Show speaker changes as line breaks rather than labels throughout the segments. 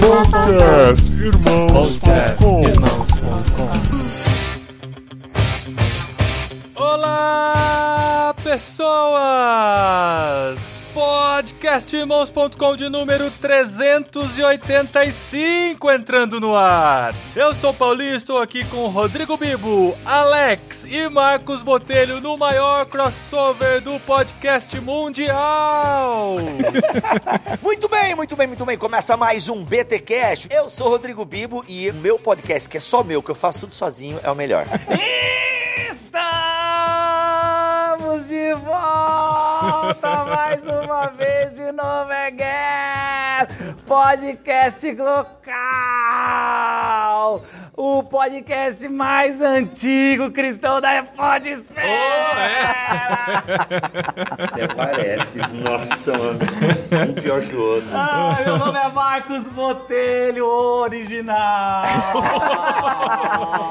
Podcast Irmãos.
Olá, pessoas! Podcastirmãos.com de número 385 entrando no ar. Eu sou Paulista, estou aqui com Rodrigo Bibo, Alex e Marcos Botelho no maior crossover do podcast mundial.
Muito bem, muito bem, muito bem. Começa mais um BT Cash. Eu sou o Rodrigo Bibo e o meu podcast, que é só meu, que eu faço tudo sozinho, é o melhor.
Estamos de volta mais uma vez de novo again. Podcast local. O podcast mais antigo cristão da Podesfera.
Até parece. Nossa, mano. Um pior que o outro.
Ah, meu nome é Marcos Botelho, original.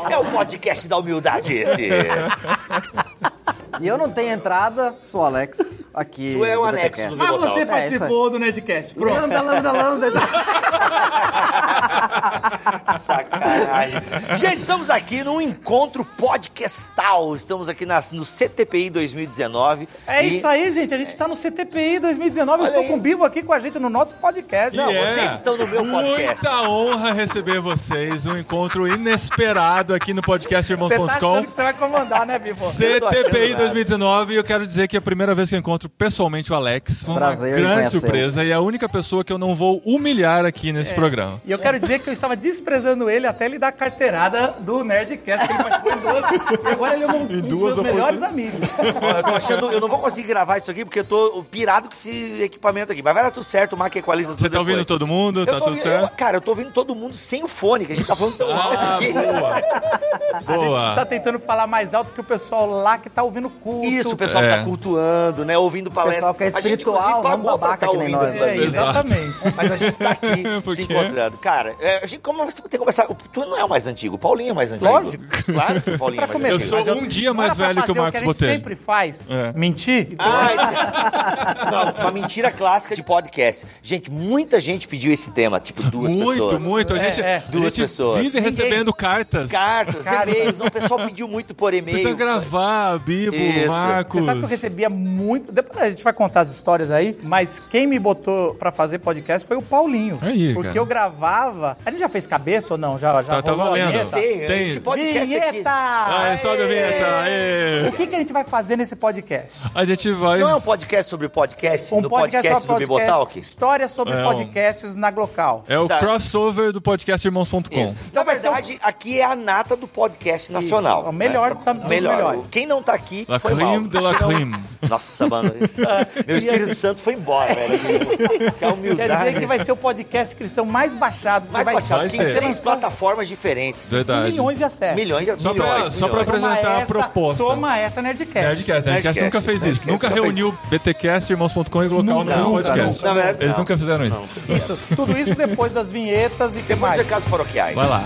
É o podcast da humildade esse.
E eu não tenho entrada, sou Alex, aqui.
Tu é
do
um
BTCast.
anexo do
Mas
meu
Ah, você
botal.
participou do Nedcast, pronto.
Lambda, lambda, lambda.
tá.
Sacanagem. Gente, estamos aqui num encontro podcastal. Estamos aqui nas- no CTPI 2019.
É
E-
isso aí, gente. A gente tá no CTPI 2019. Eu
Olha
estou
aí.
com o Bibo aqui com a gente no nosso podcast.
Não,
E é
vocês estão no meu podcast.
Muita honra receber vocês, um encontro inesperado aqui no
Você tá
podcastirmãos.com.
achando que você vai comandar, né, Bibo?
Eu tô achando né?
CTPI
nada.
2019 e eu quero dizer que é a primeira vez que eu encontro pessoalmente o Alex. Foi uma
Prazer em
grande
conhecê-los.
surpresa e é a única pessoa que eu não vou humilhar aqui
É.
nesse programa.
E eu quero dizer que eu estava desprezando ele até ele dar a carteirada do Nerdcast, que ele participou em duas. E agora ele é um, um
duas
dos meus melhores amigos.
Eu tô achando, eu não vou conseguir gravar isso aqui porque eu tô pirado com esse equipamento aqui. Mas vai dar tudo certo, o Mac equaliza tudo
Você tá
depois.
ouvindo todo mundo?
Eu
Tá
tô
tudo
ouvindo-
certo?
eu- cara, eu tô ouvindo todo mundo sem o fone, que a gente tá falando tão alto
Ah,
aqui.
Você tá
Boa.
tentando falar mais alto que o pessoal lá que tá ouvindo culto.
Isso, o pessoal
É.
tá cultuando, né? Ouvindo palestra.
pessoal que é
a gente,
espiritual,
inclusive,
não
pagou pra
babaca
tá
que nem
ouvindo
nós,
aquilo
É,
ali.
Exato.
exatamente.
Mas a gente tá aqui
Por
se
quê?
encontrando. Cara, é, a gente, como você tem que começar? O tu não é o mais antigo, o Paulinho é mais antigo.
Lógico.
Claro que o Paulinho é mais
Eu
começar,
antigo.
sou
mas eu-
um dia
Não era
mais
pra
velho que o
fazer
Marcos
que a gente
Botelho.
sempre faz.
É.
Mentir?
Ai, não, uma mentira clássica de podcast. Gente, muita gente pediu esse tema, tipo duas
Muito,
pessoas.
muito. A
É,
gente,
é.
a
Duas
gente
pessoas.
vive recebendo cartas.
Cartas,
Cartas.
e-mails, o pessoal pediu muito por
Precisa
e-mail.
gravar, Bibo,
Isso.
Marcos.
Você sabe que eu recebia muito. Depois a gente vai contar as histórias aí, mas quem me botou pra fazer podcast foi o Paulinho.
Aí,
porque
cara.
eu gravava. A gente já fez cabeça ou não? Já, já
Tá- tá
rolou a
valendo.
Eu
vinheta?
sei,
Tem-
É, esse podcast aqui.
Vinheta!
Ah, sobe a vinheta. aê.
O que, que a gente vai fazer nesse podcast?
A gente vai.
Não é um podcast sobre podcast?
Um
no podcast, do Bibotalk?
Histórias sobre
É um-
podcasts na Glocal.
É o
Tá.
crossover do podcast Irmãos.com.
Isso. Então, Na verdade, aqui é a nata do podcast nacional.
Isso, o melhor
né?
tam- dos melhores.
Quem não tá aqui
La
foi mal.
crime
Então,
de la crime.
Nossa, mano. esse- Meu Espírito Santo foi embora, velho. Que é a
assim, Quer
humildade.
dizer que vai ser o podcast cristão mais baixado. porque
Mais
vai
baixado,
vai
tem
ser.
três plataformas diferentes.
Verdade.
milhões de acessos.
Milhões, de-
Só pra-
milhões,
só pra
milhões.
apresentar-
Toma
a
essa-
proposta.
Toma essa Nerdcast.
Nerdcast, Nerdcast
Nerdcast,
nunca fez isso.
Nerdcast
Nunca
nunca fez
reuniu BTcast, irmãos.com e local no
Nunca,
mesmo
nunca,
podcast.
nunca. Na verdade,
Eles
não.
nunca fizeram isso.
Isso, tudo isso depois das vinhetas e que
Depois
mais.
dos recados paroquiais.
Vai lá.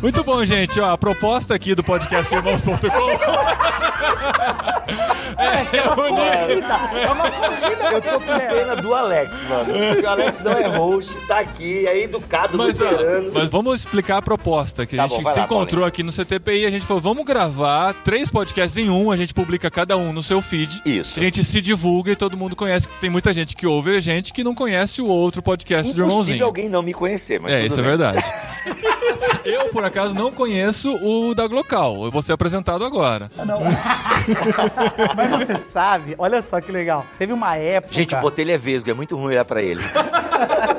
Muito bom, gente. Ó, a proposta aqui do podcast irmãos.com é reunir.
tá. É
Eu tô com pena do Alex, mano. Porque o Alex não é host, tá aqui, é educado,
Mas, ó,
luterano.
mas vamos explicar a proposta que
Tá
a gente
bom, vai
se
lá,
encontrou aqui no CTPI. A gente falou, vamos gravar três podcasts em um. A gente publica cada um no seu feed.
Isso.
A gente se divulga e todo mundo conhece. Tem muita gente que ouve a gente que não conhece o outro podcast do
Impossível
irmãozinho.
é alguém né? não me conhecer, mas
É,
tudo
isso
bem.
é verdade. Eu, por acaso, não conheço o da Glocal. Eu vou ser apresentado agora.
Tá Mas você sabe, olha só que legal. Teve uma época.
Gente, o Botelho é vesgo, é muito ruim olhar pra ele.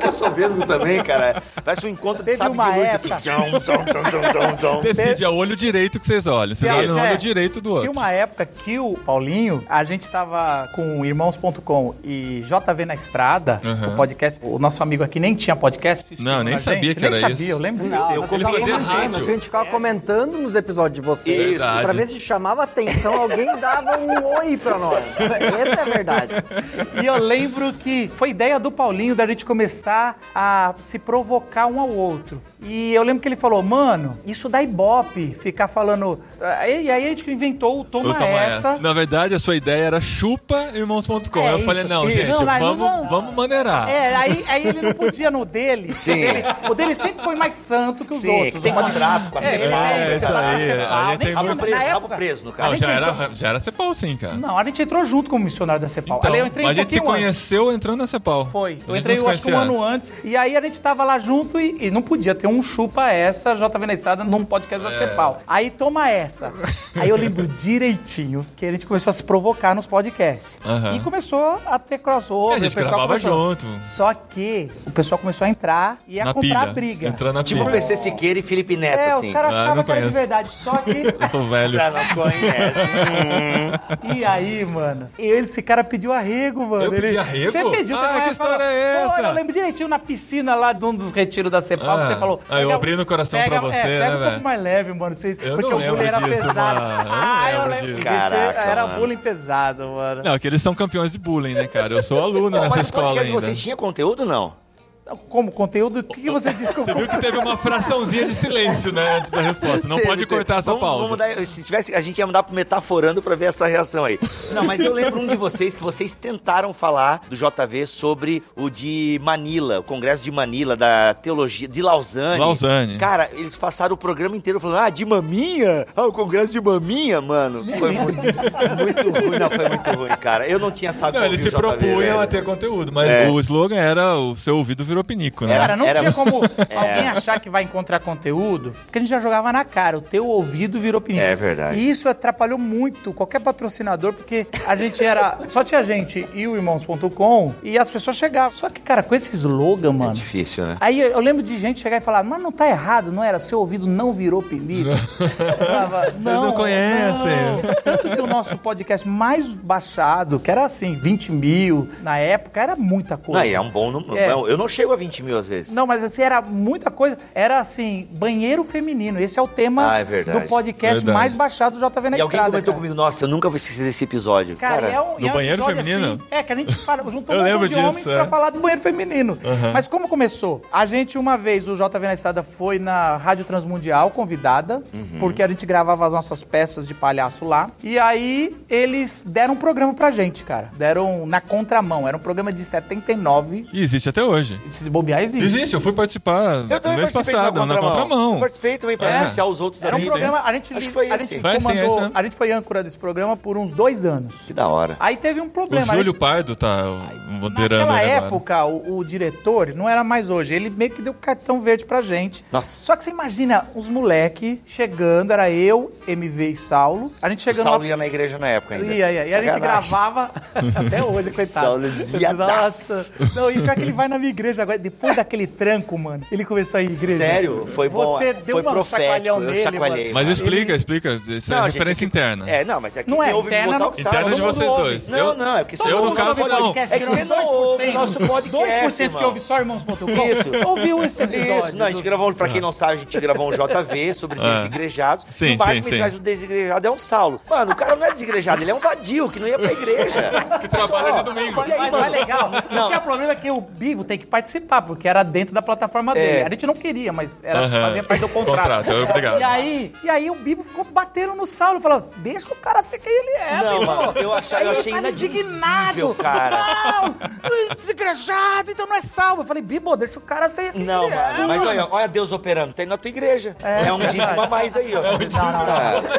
eu sou vesgo também, cara. Parece um encontro de
Teve
sabe de
uma
luz
época-
assim. Tchom, tchom, tchom, tchom, tchom, tchom.
Decide, é o olho direito que vocês olham. Vocês olham no
É,
olho direito do
Tinha
outro.
uma época que o Paulinho, a gente tava com o irmãos.com e JV na estrada,
Uhum.
o podcast. O nosso amigo aqui nem tinha podcast. se inscreveu
Não, nem
na
sabia
gente,
que
nem
era
sabia,
isso.
eu lembro disso.
eu
nós
como
ficava
fazer
comentando,
assim.
sítio.
nós assim, A gente
É.
ficava comentando nos episódios de vocês.
Isso.
Pra ver se chamava atenção, alguém dava um oi pra nós. Essa é a verdade.
E eu lembro que foi ideia do Paulinho da gente começar a se provocar um ao outro. E eu lembro que ele falou, mano, isso dá ibope, ficar falando. Aí, aí a gente inventou o Toma,
Puta, mas
essa.
Na verdade, a sua ideia era chupa irmãos.com.
É
eu falei,
isso,
não,
isso.
gente,
Não, mas
vamos,
não-
vamos maneirar.
É, aí, aí ele não podia no dele.
Sim.
O dele, o dele sempre foi mais santo que os
Sim,
outros.
tem
Uma de-
contrato com a
é, ele
Cepal.
É,
tem, você
isso
vai
aí,
ser
a gente
pau. Nem
tem
tinha
Rabo
muito-
na
preso,
época.
rabo preso, no
Não,
cara.
já era, já era Cepal, sim, cara.
Não, a gente entrou junto como missionário da Cepal.
Então,
Ali eu entrei um
a gente se
pouquinho antes.
conheceu entrando na Cepal. A
Foi.
gente
Eu
não
entrei,
se
eu acho que um
conhecia
ano antes. E aí a gente tava lá junto e, e não podia ter um chupa essa JV na Estrada num podcast da
É.
Cepal. Aí toma essa. aí eu lembro direitinho que a gente começou a se provocar nos podcasts.
Aham.
E começou a ter crossover.
É, a gente
o pessoal
gravava
começou.
junto.
Só que o pessoal começou a entrar e a
Na
comprar
pilha.
briga.
Entrando na
Tipo
pilha.
PC Siqueira e Felipe Neto,
É,
assim.
os caras
Ah,
achavam
não
que era de
conheço.
verdade. Só que
Eu sou velho.
Já não conhece.
E aí, mano? Ele, esse cara pediu arrego, mano.
Eu
ele,
pedi arrego?
Você pediu.
Ah,
teve uma
que
época
história
falou,
é
"Pô,
essa?"
Eu lembro direitinho na piscina lá de um dos retiros da Cepal,
Ah,
que você falou...
aí eu
"Pega-
abri no coração
pega,
pra você, né,
é, Pega um
velho?
pouco mais leve, mano. vocês-
Eu
porque
não
o bullying
lembro
era
disso,
pesado.
mano. Eu não
Ah, eu
lembro
lembro.
disso.
que esse
Caraca,
era
mano.
bullying pesado, mano.
Não, que eles são campeões de bullying, né, cara? Eu sou aluno
Pô,
nessa
mas o
escola
podcast de
ainda.
vocês tinha conteúdo, não?
Como conteúdo? O que, que você disse que eu...
Você viu que teve uma fraçãozinha de silêncio, né, antes da resposta. Não
Teve,
pode
teve.
cortar essa
Vamos- vamos
pausa.
dar- se tivesse, a gente ia mandar pro metaforando pra ver essa reação aí. Não, mas eu lembro um de vocês que vocês tentaram falar do JV sobre o de Manila, o Congresso de Manila, da teologia, de Lausanne.
Lausanne.
Cara, eles passaram o programa inteiro falando, ah, de maminha? Ah, o Congresso de maminha, mano. Foi muito, muito ruim, não, foi muito ruim, cara. Eu não tinha sabido
Não, eles se propunham a ter conteúdo, mas
É.
o slogan era o seu ouvido virou pinico, né?
Cara, não
Era- um- É.
tinha como alguém achar que vai encontrar conteúdo, porque a gente já jogava na cara, o teu ouvido virou pinico.
É verdade.
E isso atrapalhou muito qualquer patrocinador, porque a gente era. Só tinha gente e o irmãos.com e as pessoas chegavam. Só que, cara, com esse slogan, mano.
Difícil, né?
Aí eu eu lembro de gente chegar e falar, mas não tá errado, não era? Seu ouvido não virou pinico. Eu falava,
não conhecem."
não." Tanto que o nosso podcast mais baixado, que era assim, 20 mil, na época, era muita coisa.
Não, e é um bom número.
É.
Não, Eu não chego a 20 mil às vezes.
Não, mas assim, era muita coisa. Era assim, banheiro feminino. Esse é o tema
Ah, é verdade.
do podcast
Verdade.
mais baixado do JV na
E alguém
Estrada.
comentou
cara.
comigo, nossa, eu nunca vou esquecer desse episódio.
Cara,
Cara,
é um,
do
é um
banheiro
episódio
feminino?
assim- é, que a gente fala, juntou
Eu
um
lembro
monte de
disso,
homens pra
é.
falar do banheiro feminino. Mas como começou? A gente, uma vez, o JV na Estrada foi na Rádio Transmundial, convidada,
Uhum.
porque a gente gravava as nossas peças de palhaço lá. E aí, eles deram um programa pra gente, cara. Deram na contramão. Era um programa de 79.
E existe até hoje.
Se bobear, existe.
Existe, eu fui participar
Eu também
mês
participei
passado,
do Na
na
Contramão.
contramão.
Eu participei também pra
É.
anunciar os outros
Era um
amigos.
programa. A gente,
Acho que foi
a
esse.
gente
Foi esse,
comandou.
é esse mesmo.
a gente foi âncora desse programa por uns dois anos.
Que da hora.
Aí teve um
O
problema. a
Júlio
gente-
Pardo tá moderando
Naquela
ele agora.
época, o, o diretor, não era mais hoje, ele meio que deu cartão verde pra gente.
Nossa.
Só que você imagina os moleque chegando, era eu, MV e Saulo. A gente
O
chegando
Saulo
lá.
ia na igreja na época ainda.
Ia, ia. E a gente
Sacanagem.
gravava até hoje, coitado.
Saulo desviadaço.
Não, e pior que ele vai na minha igreja agora. Depois daquele tranco, mano, ele começou a ir à igreja.
Sério, foi bom.
Você deu
foi
uma
profético,
chacoalhão
eu
nele,
chacoalhei.
Mas
mano.
explica, explica. Isso é
Não, gente,
referência
aqui-
interna.
É, não, mas aqui
Não
quem
é,
ouve
interna
botar
não-
o que
interna
Saulo
de
não
vocês
ouve.
dois.
Não,
eu,
não, é porque
eu,
todo
no
mundo
caso,
ouve
não.
podcast. É que você não ouve o nosso podcast,
2% que ouve
irmão.
só irmãos.com.
Isso.
Ouviu esse episódio.
Isso, não, a gente
dos-
gravou, pra quem não sabe, a gente gravou um JV sobre desigrejados.
Sim,
e o Marco
sim,
me
sim.
traz o desigrejado, é um Saulo. Mano, o cara não é desigrejado, ele é um vadio que não ia pra igreja. que
trabalha de domingo.
E aí,
Mas é
mano?
legal. Porque o problema é que o Bigo tem que participar, porque era dentro da plataforma dele.
É.
A gente não queria, mas era,
Aham.
fazia parte do contrato.
Contrato, é obrigado.
E aí, e aí o Bibo ficou batendo no Saulo, falou: deixa o cara ser quem ele é,
Não,
Bibo."
mano, eu achei-
Aí
eu
ele
achei
tava
inadmissível,
indignado.
cara.
Não, desengrejado, então não é salvo. Eu falei, Bibo, deixa o cara ser quem
Não,
ele é.
mano, mas olha, olha Deus operando, tem na tua igreja. É, um
verdade. É um
dízimo a mais aí, ó. Tá,
não, não.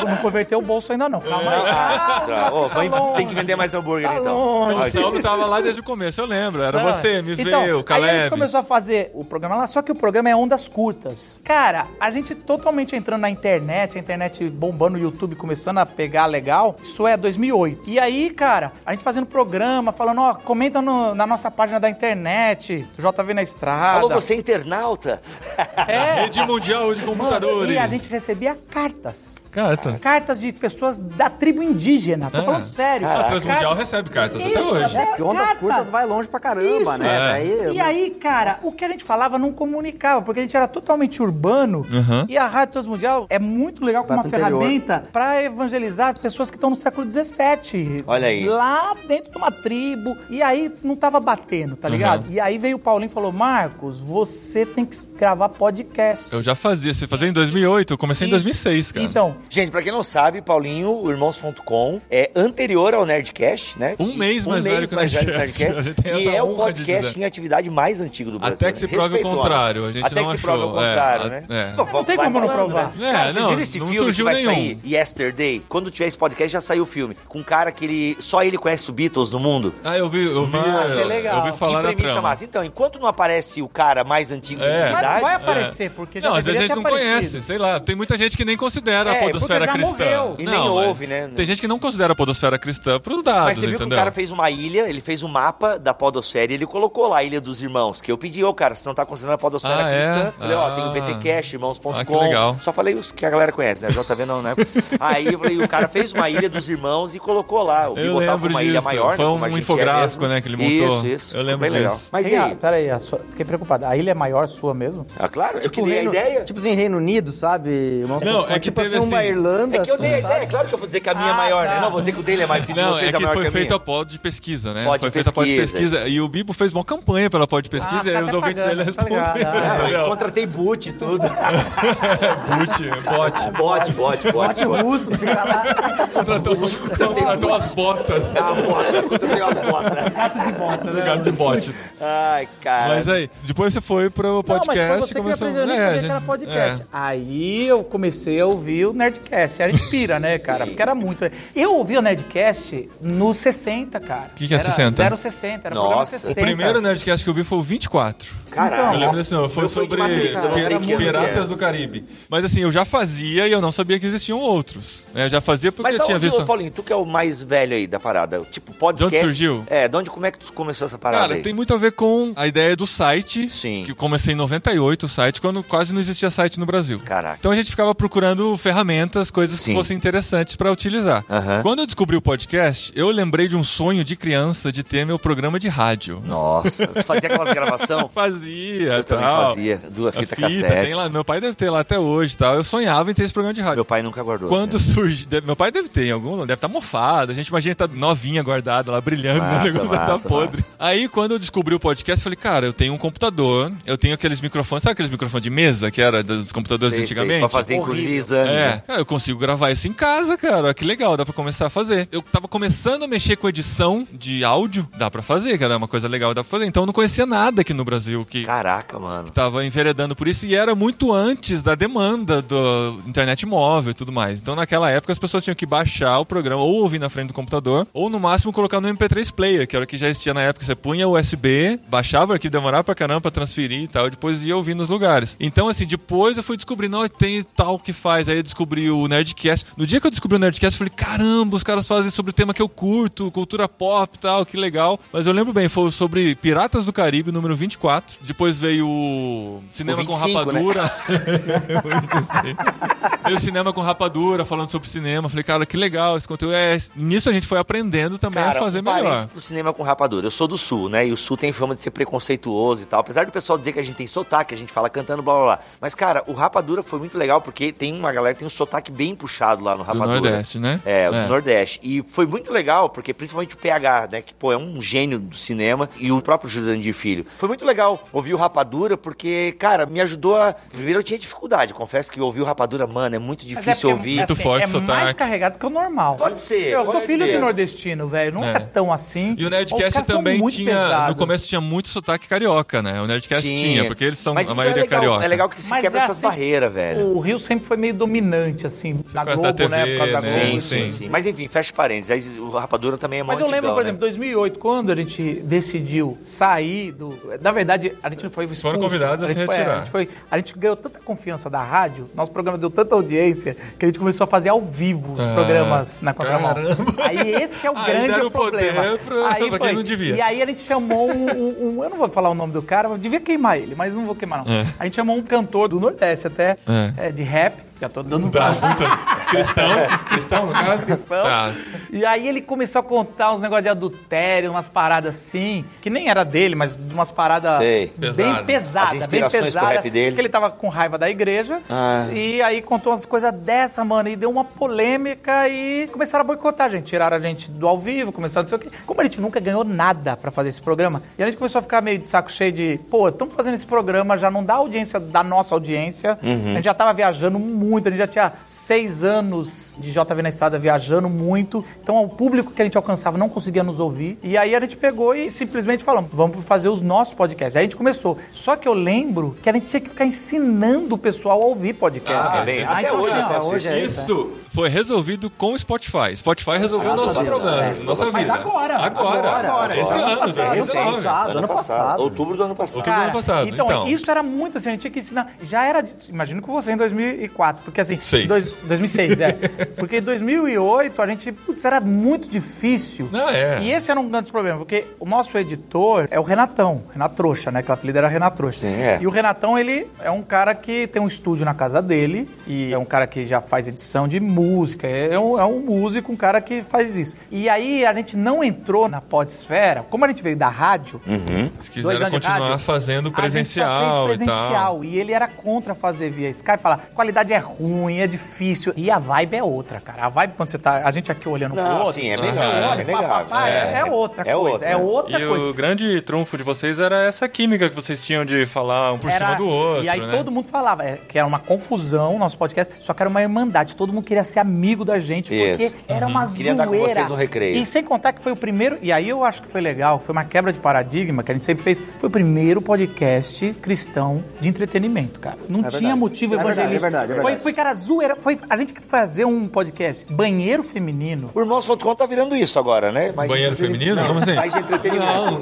Tu não converteu o bolso ainda, não. Calma aí.
Ah, tá. Ô, vai-
longe. Tá
tem que vender mais hambúrguer então.
O Saulo tava lá desde o começo, eu lembro. Era você, me
então,
veio,
aí
Caleb.
a gente começou a fazer o programa lá, só que o programa é ondas curtas. Cara, a gente totalmente entrando na internet, a internet bombando o YouTube, começando a pegar legal. Isso é 2008. E aí, cara, a gente fazendo programa, falando, ó, comenta no- na nossa página da internet, JV na Estrada.
Alô, você internauta?
É.
Rede Mundial de Computadores.
E a gente recebia cartas.
Carta.
Cartas de pessoas da tribo indígena. Tô
Ah.
falando sério.
A
Caraca.
Transmundial recebe cartas até
Isso,
hoje.
é.
Porque ondas
Cartas.
curtas vai longe pra caramba,
Isso.
né?
É.
Daí-
E aí, cara, o que a gente falava não comunicava, porque a gente era totalmente urbano. E a Rádio Transmundial é muito legal como uma
Vai pro interior.
ferramenta pra evangelizar pessoas que estão no século XVII.
Olha aí.
Lá dentro de uma tribo. E aí não tava batendo, tá ligado? E aí veio o Paulinho e falou: Marcos, você tem que gravar podcast.
Eu já fazia. Você fazia em 2008, eu comecei em 2006, cara.
Então,
Gente, pra quem não sabe, Paulinho, o irmãos.com, é anterior ao Nerdcast, né?
Um mês
E-
mais velho que o Nerdcast.
Nerdcast.
A gente tem
E
essa
é o
honra de
podcast
dizer.
em atividade mais antigo do Brasil.
Até que se
né?
prove o
Respeitona.
contrário, a gente
Até
não
que se
achou.
prove o
É,
contrário,
a-
né?
é.
Não tem
vai
como não
falando,
provar.
né? Cara,
É,
vocês
não,
viram esse
não
filme que
surgiu
vai
nenhum.
sair? Yesterday. Quando tiver esse podcast, já saiu o filme. Com um cara que ele... Só ele conhece o Beatles no mundo.
Ah, eu vi, eu vi.
achei legal.
Eu vi falar
que
na
premissa
trama.
massa. Então, enquanto não aparece o cara mais antigo
É.
de
mas não
atividade...
vai aparecer, porque já
não, às vezes a gente
deveria ter
não
aparecido.
conhece, sei lá. Tem muita gente que nem considera
É,
a
porque
podosfera
já
cristã.
morreu.
E
Não,
nem
mas
ouve, né?
Tem gente que não considera a podosfera cristã pros dados,
Mas você viu
Ah, entendeu?
que o cara fez uma ilha, ele fez um mapa da podosfera e ele colocou lá a Ilha dos Irmãos, que eu pedi, ô cara, você não tá considerando a podosfera
Ah,
cristã?
é?
Falei, ó, tem o
Ah.
BT Cash, irmãos.com.
Ah, que legal.
Só falei os que a galera conhece, né? JV não, né? Aí eu falei, o cara fez uma Ilha dos Irmãos e colocou lá. O
Eu
Bibo tava com
lembro
uma ilha
disso.
maior,
Foi
né,
um
como a gente é
infográfico,
mesmo.
né, que ele montou.
Isso, isso.
Eu lembro
Bem legal.
disso.
Mas e
Ei, ah,
aí?
peraí, a sua- fiquei preocupado. A ilha é maior sua mesmo?
Ah, claro, eu que
o
dei
Reino-
a ideia.
Tipo assim, Reino Unido, sabe? Irmãos
Não,
com-
é que
tipo
teve
assim, uma
assim-
Irlanda.
É que eu dei a
assim,
ideia,
sabe?
é claro que eu vou dizer que a minha é
Ah,
maior,
tá.
né? Não, vou dizer que o dele é maior, que o de
Não, é
vocês é
que
maior
foi
que a
feita a
minha.
pod de pesquisa, né?
Pod
foi
de
feita a pod de
pesquisa.
pesquisa. E o Bibo fez uma campanha pela pod de pesquisa e aí
tá
os
até
ouvintes
pagando,
dele
tá ligado.
responderam.
Ah,
É, eu
entendeu?
contratei boot e tudo.
Boot, bot.
bote, bote, bote, bote.
Russo, fica lá.
Contratou, um- contratou umas botas.
Ah, bota, contratei umas botas.
Gato Tá de bote.
Ai, cara.
Mas aí, depois você foi pro podcast.
não, mas foi você
começou...
que me aprendeu
É,
nisso,
a
também
gente-
que era podcast. Aí eu comecei a ouvir o Nerdcast. Era inspira, né, cara?
Sim.
Porque era muito. Eu ouvi o Nerdcast nos 60, cara. O
Que que é 60?
Era 060, era programa
Nossa. O
60.
É. O primeiro Nerdcast que eu vi foi o 24.
Caralho.
então, eu lembro desse não, foi
Eu fui de
sobre
Matrix, eu não sei que ano que
Piratas
era.
do Caribe. Mas assim, eu já fazia e eu não sabia que existiam outros. né? Eu já fazia porque
Mas
eu tinha
aonde,
visto.
ô, Paulinho, tu que é o mais velho aí da parada, tipo, podcast...
De onde surgiu?
É, de onde, como é que tu começou essa parada
Cara,
aí?
tem muito a ver com a ideia do site,
Sim.
que eu comecei em 98 o site, quando quase não existia site no Brasil.
Caraca.
Então a gente ficava procurando ferramentas, coisas
Sim.
que fossem interessantes pra utilizar.
Aham.
Quando eu descobri o podcast, eu lembrei de um sonho de criança de ter meu programa de rádio.
Nossa, tu fazia aquelas gravações?
Fazia,
Eu também
tal.
fazia, duas
A
fitas
fita,
cassete.
tem lá, meu pai deve ter lá até hoje, tal. Eu sonhava em ter esse programa de rádio.
Meu pai nunca guardou.
Quando
assim.
surge. deve- Meu pai deve ter em algum lugar, deve estar mofado. A gente imagina que tá novinha guardada lá, brilhando, né?
Massa,
o negócio deve
massa,
tá podre. Aí, quando eu descobri o podcast, eu falei, cara, eu tenho um computador, eu tenho aqueles microfones, sabe aqueles microfones de mesa que era dos computadores
Sei, sei,
antigamente?
pra fazer, inclusive, exames.
É,
né?
cara, eu consigo gravar isso em casa, cara. Olha Que legal, dá pra começar a fazer. Eu tava começando a mexer com edição de áudio, dá pra fazer, cara. É uma coisa legal, dá pra fazer. Então eu não conhecia nada aqui no Brasil que
Caraca, mano.
tava enveredando por isso e era muito antes da demanda do internet móvel e tudo mais. Então naquela época as pessoas tinham que baixar o programa ou ouvir na frente do computador ou no máximo colocar no MP3 player, que era o que já existia na época. Você punha USB, baixava o arquivo, demorava pra caramba pra transferir e tal, e depois ia ouvir nos lugares. Então assim, depois eu fui descobrindo, não, tem tal que faz. Aí eu descobri o Nerdcast. No dia que eu descobri o Nerdcast, eu falei, caramba, os caras fazem sobre o tema que eu curto, cultura pop e tal, que legal. Mas eu lembro bem, foi sobre Piratas do Caribe, número 24. Depois veio o Cinema
O
com
25, né?
Rapadura. veio o Cinema com Rapadura, falando sobre cinema. Falei, cara, que legal esse conteúdo. É, nisso a gente foi aprendendo também
Cara,
a fazer
um
melhor.
parênteses pro cinema com rapadura. Eu sou do Sul, né? E o Sul tem fama de ser preconceituoso e tal. Apesar do pessoal dizer que a gente tem sotaque, a gente fala cantando, blá, blá, blá. Mas, cara, o rapadura foi muito legal porque tem uma galera que tem um sotaque bem puxado lá no
Do
rapadura.
Nordeste, né?
É, do Nordeste. E foi muito legal, porque principalmente o PH, né? Que, pô, é um gênio do cinema e o próprio Jurandir Filho. Foi muito legal ouvir o Rapadura, porque, cara, me ajudou a... Primeiro eu tinha dificuldade, confesso que ouvir o Rapadura, mano, é muito
Mas
difícil
porque,
ouvir.
Muito forte
é
sotaque.
mais carregado que o normal.
Pode ser,
Eu sou
pode
filho
ser.
de nordestino, velho. Nunca
É.
tão assim.
E o
Os
Nerdcast
caras são
também
muito
tinha.
pesado.
No começo tinha muito sotaque carioca, né? O Nerdcast tinha, porque eles são
Mas
a
então
maioria
é legal,
carioca.
É legal que se
Mas
quebra
é
essas
assim-
barreiras, velho.
O Rio sempre foi meio dominante, assim, na
causa
Globo,
da
né?
TV,
Por causa da
né? Sim,
Sim,
Globo.
sim,
sim.
sim. Mas enfim, fecha parênteses. Aí O Rapadura também é mó
Mas eu lembro,
antigão,
por
né?
exemplo, 2008, quando a gente decidiu sair do... Na verdade, a gente não foi expulso.
Foram convidados a se
gente foi-
retirar.
a, gente foi, a gente ganhou tanta confiança da rádio, nosso programa deu tanta audiência, que a gente começou a fazer ao vivo os programas na contramão.
Ah, caramba.
Aí esse é o
Aí
grande
deram
problema.
poder pro-
aí
pra quem
foi.
não devia.
E aí a gente chamou um, um- um- Eu não vou falar o nome do cara, eu devia queimar ele, mas não vou queimar não. A gente chamou um cantor do Nordeste até,
É.
é, de rap. Já tô dando
Dá muita... Cristão? Cristão, no caso?
questão.
Tá.
E aí ele começou a contar uns negócios de adultério, umas paradas assim, que nem era dele, mas de umas paradas
Sei.
Pesado.
bem pesadas,
As
bem
inspirações pro
pesadas.
rap dele.
Porque ele tava com raiva da igreja.
Ah.
E aí contou umas coisas dessa, mano, e deu uma polêmica e começaram a boicotar a gente. Tiraram a gente do ao vivo, começaram a não sei o quê. Como a gente nunca ganhou nada pra fazer esse programa, e a gente começou a ficar meio de saco cheio de, pô, estamos fazendo esse programa, já não dá audiência da nossa audiência.
Uhum.
A gente já tava viajando muito, a gente já tinha seis anos de JV na estrada viajando muito. Então o público que a gente alcançava não conseguia nos ouvir. E aí a gente pegou e simplesmente falamos, vamos fazer os nossos podcasts. Aí a gente começou. Só que eu lembro que a gente tinha que ficar ensinando o pessoal a ouvir podcast.
Ah,
É bem,
Ah,
até
então
hoje
assim,
eu
ó,
faço
hoje
isso.
é
Isso foi resolvido com o Spotify. Spotify resolveu o
Graças
nosso
a Deus,
problema,
é.
nossa
Mas
vida.
agora,
Agora,
agora, agora.
Esse
Ano
ano,
passado,
ano
ano passado.
Ano passado. Outubro do ano passado.
Outubro do ano passado,
Então,
então.
isso era muito assim, a gente tinha que ensinar. Já era. Imagino que você em 2004, porque assim.
Seis.
dois- 2006, é. Porque em 2008 a gente. Putz, era muito difícil.
Não, é.
E esse era um grande problema, porque o nosso editor é o Renatão, Renato Trouxa, né? Que o apelido era Renato Trouxa.
Sim, é.
E o Renatão, ele é um cara que tem um estúdio na casa dele, e é um cara que já faz edição de música, é um, é um músico, um cara que faz isso. E aí a gente não entrou na podesfera, como a gente veio da rádio,
Se
Dois
quiseram
anos de
continuar
rádio,
fazendo
a gente só
presencial,
fez
e tal.
presencial. E, ele era contra fazer via Skype, falar, qualidade é ruim, é difícil. E a vibe é outra, cara. A vibe quando você tá, a gente aqui olhando pro
Não,
outro.
Ah,
sim, é
olha,
legal. É legal.
papapá, é, é outra coisa. é outra
E
coisa.
o grande trunfo de vocês era essa química que vocês tinham de falar um por
Era-
cima do outro.
E aí
né?
todo mundo falava é, que era uma confusão o nosso podcast, só que era uma irmandade. Todo mundo queria ser amigo da gente, porque
Isso.
era uma zoeira.
Queria dar com vocês um recreio.
E sem contar que foi o primeiro, e aí eu acho que foi legal, foi uma quebra de paradigma que a gente sempre fez. Foi o primeiro podcast cristão de entretenimento, cara. Não tinha
verdade.
motivo
É verdade,
evangelista.
é verdade, é verdade.
Foi, foi, cara, zoeira. Foi a gente que fazer um podcast banheiro feminino.
O Irmãos.com tá virando isso agora, né? Mais
Banheiro
entretenimento.
feminino? Como assim?
Mais de
Não,
entretenimento.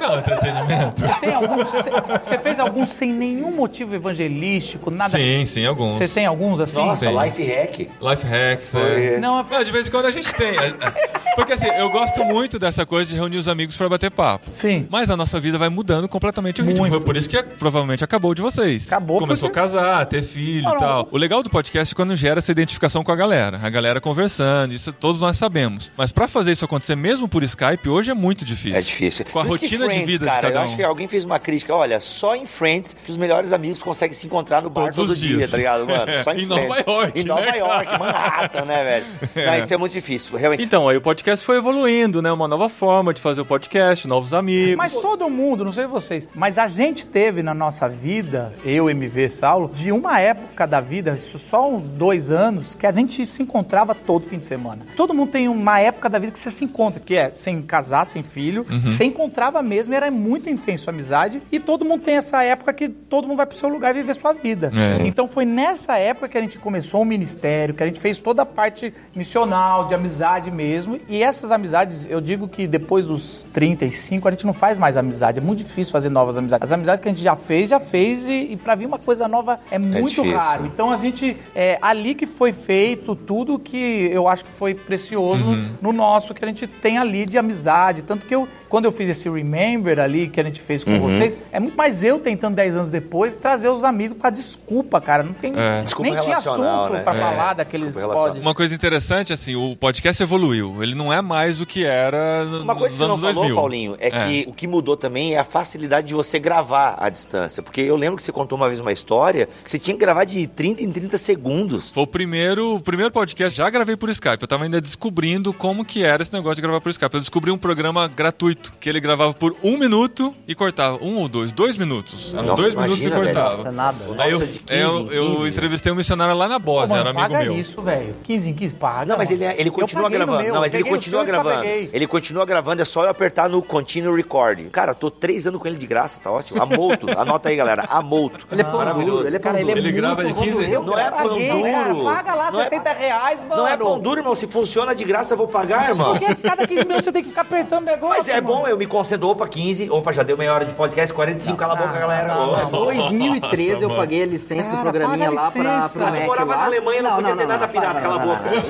não, entretenimento.
Você tem algum- Você fez algum sem nenhum motivo evangelístico, nada?
Sim, sim, alguns.
Você tem alguns assim?
Nossa,
Sim.
life hack.
Life hacks,
Foi.
é.
Não, é-
de vez em quando a gente tem. É- é. Porque assim, eu gosto muito dessa coisa de reunir os amigos pra bater papo.
Sim.
Mas a nossa vida vai mudando completamente o ritmo.
Muito.
Foi por isso que é, provavelmente acabou de vocês.
Acabou
Começou
porque-
a casar, ter filho e tal. O legal do podcast é quando gera essa identificação com a galera. A galera conversando, isso todos nós sabemos. Mas pra fazer isso acontecer mesmo por Skype, hoje é muito difícil.
É difícil.
Com a
Por isso que
rotina de
Friends,
vida
cara,
de cada
eu
um.
acho que alguém fez uma crítica. Olha, só em Friends que os melhores amigos conseguem se encontrar no bar
Todos
todo
os
dia,
dias.
tá ligado, mano? Só em,
Em Nova
Friends.
York,
Em Nova
né?
York, Manhattan, né, velho? Não, isso é muito difícil, realmente.
Então, aí o podcast foi evoluindo, né? Uma nova forma de fazer o podcast, novos amigos.
Mas todo mundo, não sei vocês, mas a gente teve na nossa vida, eu, MV, Saulo, de uma época da vida, isso só um- dois anos, que a gente se encontrava todo fim de semana. Todo mundo tem uma época da vida que você se encontra, que é sem casar, sem filho, você encontrava mesmo, era muito intenso a amizade, e todo mundo tem essa época que todo mundo vai pro seu lugar e viver sua vida.
É.
Então foi nessa época que a gente começou o ministério, que a gente fez toda a parte missional, de amizade mesmo. E essas amizades, eu digo que depois dos 35, a gente não faz mais amizade. É muito difícil fazer novas amizades. As amizades que a gente já fez, já fez. E, e pra vir uma coisa nova é muito
difícil.
raro. Então a gente, é, ali que foi feito tudo que eu acho que foi precioso
Uhum.
no nosso, que a gente tem ali de amizade. Tanto que eu, quando eu fiz esse Remember ali, que a gente fez com
Uhum.
vocês, é muito mais eu tentando 10 anos depois trazer os amigos pra desculpa, cara. Não tem.
É.
Desculpa
nem tinha
relacional,
assunto
né?
pra
É.
falar daqueles
Desculpa relacional.
pod.
Uma coisa interessante, assim, o podcast evoluiu. Ele não é mais o que era no-
Uma coisa
nos
que você não
anos
falou,
2000.
Paulinho, é, que o que mudou também é a facilidade de você gravar à distância. Porque eu lembro que você contou uma vez uma história que você tinha que gravar de 30 em 30 segundos.
Foi o primeiro, o primeiro podcast, já gravei por Skype. Eu tava ainda descobrindo como que era esse negócio de gravar por Skype. Eu descobri um programa gratuito, que ele gravava por um minuto e cortava. Um ou dois, dois minutos. Eram
Nossa,
dois é. minutos e
imagina, velho.
cortava.
Nossa, nada.
Nossa,
Aí eu,
de 15
eu,
em
eu
15.
entrevistei um missionário lá na
Pô,
Bósnia,
mano,
era um amigo
paga
meu.
isso, velho. 15 em 15, paga.
Não, mas
mano.
ele, é- ele
Eu
continua
paguei no
gravando.
meu,
Não, mas ele
peguei o
continua
seu e
gravando.
paguei.
Ele continua gravando, é só eu apertar no Continue Recording. Cara, tô três anos com ele de graça, tá ótimo. Amouto. Anota aí, galera. Amouto.
Ele é pão duro, ele é pão
Cara, ele é
duro.
Ele grava de
muito
15?
rodorreio,
Não
cara.
é pão
Paguei, cara.
duro.
Paga lá
Não é-
60 reais, mano.
Não é pão duro, irmão. Se funciona de graça, eu vou pagar, irmão.
Porque é cada 15 minutos você tem que ficar apertando o negócio.
Mas é bom, eu me concentro. Opa, 15. Opa, já deu meia hora de podcast, 45. cala a boca, galera. Ó, é bom.
2013 eu paguei a licença
Cara,
do programinha
paga a
lá pra,
licença.
pro
Ah, tu
Mac
Eu morava
lá.
na Alemanha, não, podia ter nada pirata,
para,
cala a
não, não,
boca.
não.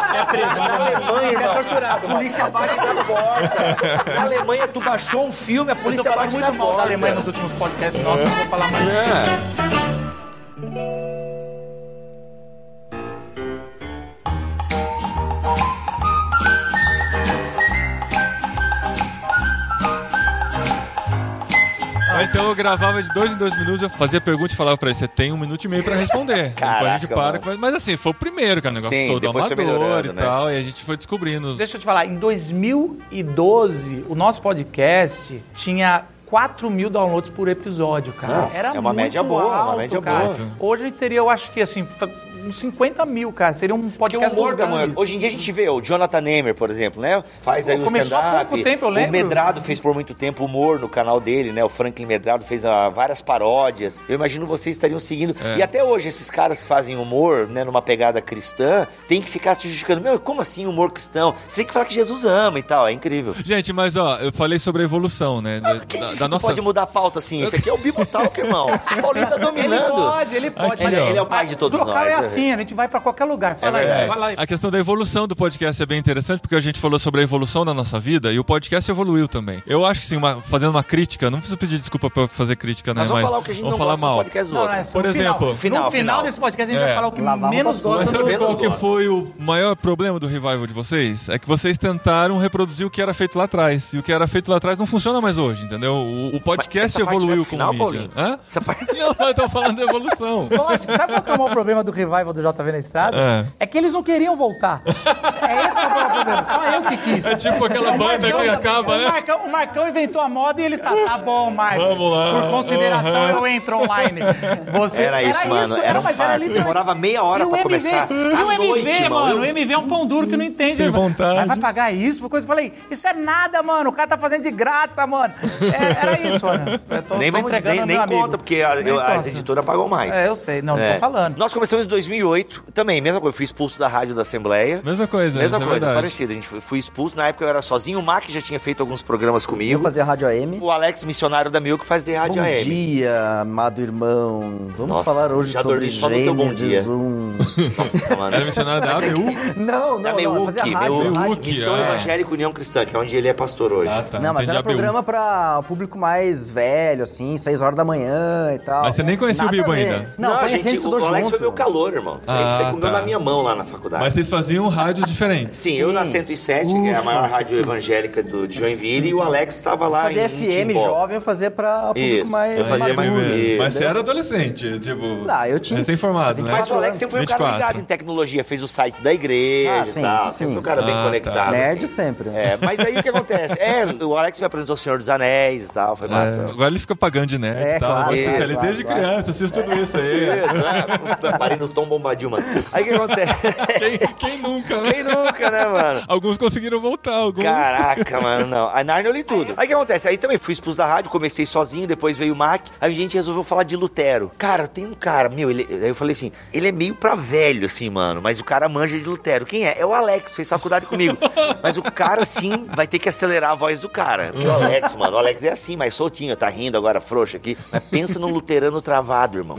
Você é preso.
Na Alemanha,
Você é
irmão,
torturado. né?
A polícia bate na porta. Na Alemanha, tu baixou um filme, a
Eu tô
polícia
falando
bate na
muito mal
porta.
da Alemanha nos últimos podcasts nossos, eu não vou falar mais.
É.
Aí então eu gravava de dois em dois minutos, eu fazia pergunta e falava pra ele, você tem um minuto e meio pra responder. Depois a gente
Caraca,
para.
mano.
Mas, mas assim, foi o primeiro, cara, o negócio
Sim,
todo
depois foi
amador e
melhorando, né?
tal, e a gente foi descobrindo.
Deixa eu te falar, em 2012, o nosso podcast tinha 4 mil downloads por episódio, cara.
Não,
Era
é uma
muito
média boa, uma
alto,
média
cara.
boa.
Hoje ele teria, eu acho que assim, fa- uns 50 mil, cara. Seria um
Porque o
podcast
humor
dos
da manhã.
grandes.
Hoje em dia a gente vê o Jonathan Nehmer, por exemplo, né? Faz aí o
Começou há
stand-up.
pouco tempo, eu lembro.
O Medrado fez por muito tempo humor no canal dele, né? O Franklin Medrado fez ah, várias paródias. Eu imagino vocês estariam seguindo.
É.
E até hoje, esses caras que fazem humor, né, numa pegada cristã, tem que ficar se justificando. Meu, como assim humor cristão? Você tem que falar que Jesus ama e tal. É incrível.
Gente, mas ó, eu falei sobre a evolução, né? Da,
Quem
da-
disse
da
Ah, que tu pode mudar a pauta assim? Isso aqui é o Bibotalk, irmão. O Paulinho tá
Ele
dominando.
pode, ele pode.
Aqui, ó. Ele é
o pai de todos
Brocal
nós,
é
né?
assim, a gente vai pra qualquer lugar. Fala aí,
verdade.
vai lá.
A questão da evolução do podcast é bem interessante, porque a gente falou sobre a evolução da nossa vida e o podcast evoluiu também. Eu acho que sim, uma- fazendo uma crítica, não preciso pedir desculpa pra eu fazer crítica, né?
Mas vamos
mas
falar o que a gente
vamos
não
falar
gosta
mal.
do podcast do
Não,
outro.
não, é só
Por
no final.
exemplo,
no final,
final, final.
desse podcast a gente
É.
vai falar o que
Lavar uma
menos
roupa
Mas
gosta
suja.
do
sabe
menos
qual que
gosta.
foi o maior problema do revival de vocês? É que vocês tentaram reproduzir o que era feito lá atrás. E o que era feito lá atrás não funciona mais hoje, entendeu? O, o podcast
Essa parte vai
evoluiu
pro
com
final,
mídia.
Paulinho?
Hã?
Essa parte-
Não, eu tô falando da evolução.
Lógico, sabe qual que é o maior problema do revival do JV na estrada?
É.
É, que eles não queriam voltar. É esse que é o maior problema. Só eu que quis.
É tipo aquela
O
banda que
Marcão também.
acaba,
O
né?
Marcão, o Marcão inventou a moda e ele está. Tá bom, Marcos.
Vamos lá.
Por consideração,
Aham.
eu entro online. Você,
Era isso, mano. Era, um
mas era
parto.
literalmente-
Demorava meia hora
E o
pra
MV,
começar.
E o
À
MV,
noite,
mano.
mano.
O MV é um pão duro que não entende.
Sem
mano.
vontade.
Mas vai pagar isso por coisa? Eu falei, isso é nada, mano. O cara tá fazendo de graça, mano. É, era isso, mano. Eu tô,
Nem,
tô
vamos,
entregando
nem,
ao
nem
meu amigo.
conta, porque a- eu- as
conta.
editoras pagam mais.
É, eu sei. Não, não
É.
tô falando.
Nós começamos em 2008, também, mesma coisa. Fui expulso da rádio da Assembleia.
Mesma coisa,
Mesma
isso é
coisa,
verdade.
parecida. A gente foi, fui expulso. Na época eu era sozinho. O Mac já tinha feito alguns programas
Eu
comigo.
fazia Rádio AM.
O Alex, missionário da Milk, fazia rádio
Bom
AM.
dia, amado irmão. Vamos
Nossa,
falar hoje
já
sobre
dormi só no teu bom
Gênesis
dia.
1.
Nossa, mano.
Era missionário da ABU?
Não, não,
Da
não. eu
Meuc,
fazia rádio,
Meuc,
rádio.
Meuc,
Missão
ah.
Evangélica União Cristã, que é onde ele é pastor hoje.
Ah, tá.
não, mas
entendi
era
a BU.
programa pra o público mais velho, assim, 6 horas da manhã e tal.
Mas você nem conhecia o
Nada
Bibo
a ver.
ainda?
Não,
Não,
conheci
gente,
isso
o
do
Alex
junto.
foi meu calor, irmão. Você,
Ah,
você comeu
tá.
na minha mão lá na faculdade.
Mas vocês faziam rádios diferentes.
Sim, eu na 107, que é a maior rádio evangélica do, de Joinville, e o Alex estava lá
Fazer
em
FM
Timbó.
jovem, eu fazia pra público
Isso,
mais.
eu fazia mais
maduro.
bonito.
Mas você era adolescente, tipo.
Ah, eu tinha-
Recém-formado, né?
Mas o Alex sempre foi um cara
24.
ligado em tecnologia, fez o site da igreja
Ah, sim,
e tal.
sim.
Sempre foi um cara bem
Ah, tá.
conectado.
Nerd
assim.
sempre.
É, mas aí o que acontece? É, o Alex me apresentou o Senhor dos Anéis e tal, foi massa.
É, agora ele fica pagando de nerd e
É,
tal.
claro,
eu
claro,
especialista desde
claro.
criança, assisto tudo isso aí.
Isso, é, Parei no Tom Bombadil, mano. Aí o que acontece?
Quem, quem nunca, né?
Quem nunca, né, mano?
Alguns conseguiram voltar, alguns.
Caraca, mano, não. A Narnia eu li tudo. Aí o que acontece? Aí também fui expulso da rádio, comecei sozinho, depois veio o Mac. Aí um a gente resolveu falar de Lutero. Cara, tem um cara, meu, ele, aí eu falei assim, ele é meio pra velho, assim, mano, mas o cara manja de Lutero. Quem é? É o Alex, fez faculdade comigo. Mas o cara, sim, vai ter que acelerar a voz do cara. Porque o Alex, mano, o Alex é assim, mais soltinho, tá rindo agora, frouxo aqui. Mas pensa num luterano travado, irmão.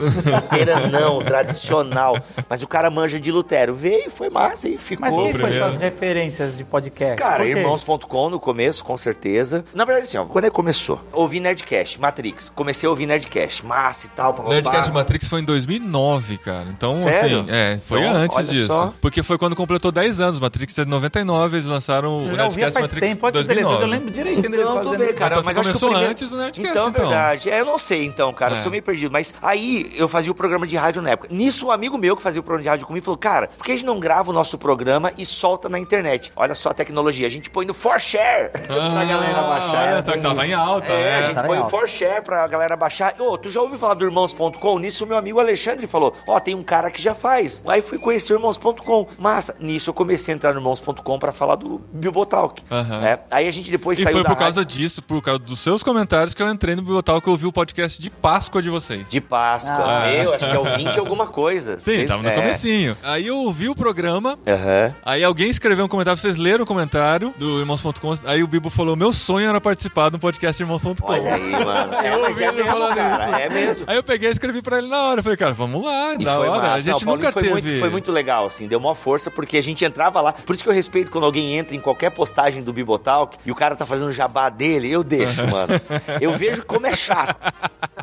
Luteranão, tradicional. Mas o cara manja de Lutero. Veio, foi massa e ficou.
Mas quem foi
primeiro.
suas referências de podcast?
Cara,
Por quê?
irmãos.com no começo, com certeza. Na verdade, assim, ó, quando é que começou? Ouvi Nerdcast, Matrix. Comecei a ouvir Nerdcast, massa e tal. Pá, pá, pá.
Nerdcast Matrix foi em 2009, cara. Então,
Sério?
assim, é, foi
Então,
antes
olha
disso.
só.
Porque foi quando completou 10 anos. Matrix é de 99, eles lançaram o
Eu já ouvi
Nerdcast
faz
Matrix
tempo, olha que
2009.
beleza. Eu lembro direitinho deles
Então, tu
fazendo
vê,
isso.
cara,
Então,
mas
você
acho que o
começou
primeiro...
antes do Nerdcast,
Então, é
então.
verdade. É, eu não sei, então, cara,
É.
eu sou meio perdido. Mas aí, eu fazia o programa de rádio na época. Nisso, um amigo meu que fazia o programa de rádio comigo falou, cara, por que a gente não grava o nosso programa e solta na internet? Olha só a tecnologia, a gente põe no ForShare pra galera baixar.
Ah, Olha só que tava em alta,
É,
né?
a gente
tá
põe
legal.
o ForShare pra galera baixar. Ô, tu já ouviu falar do Irmãos.com? Nisso, meu amigo Alexandre falou: Ó, tem um cara que já faz. Aí fui conhecer o Irmãos.com. Massa. Nisso, eu comecei a entrar no Irmãos.com pra falar do Bilbotalk.
Aham.
né? Aí a gente depois
E
saiu
foi
da
por causa
rádio
disso, por causa dos seus comentários, que eu entrei no Bibliotal que eu ouvi o podcast de Páscoa de vocês.
de Páscoa.
Ah.
Meu, acho que é o 20 alguma coisa.
Sim,
Desde-
tava no
é.
comecinho. Aí eu ouvi o programa,
Aham.
Aí alguém escreveu um comentário, vocês leram o comentário do Irmãos.com, aí o Bibo falou, meu sonho era participar do podcast Irmãos.com.
Olha aí, mano. É,
Eu
mas
ouvi
é
ele falando
mesmo,
isso.
cara. É mesmo.
Aí eu peguei e escrevi pra ele na hora, eu falei, cara, vamos lá,
E
da
foi
hora,
massa.
a
Não,
gente
o Paulinho
nunca
foi
teve...
Muito, foi muito legal, assim, deu uma força, porque a gente entrava lá. Por isso que eu respeito quando alguém entra em qualquer postagem do Bibotalk e o cara tá fazendo jabá dele, eu deixo, mano. Eu vejo como é chato.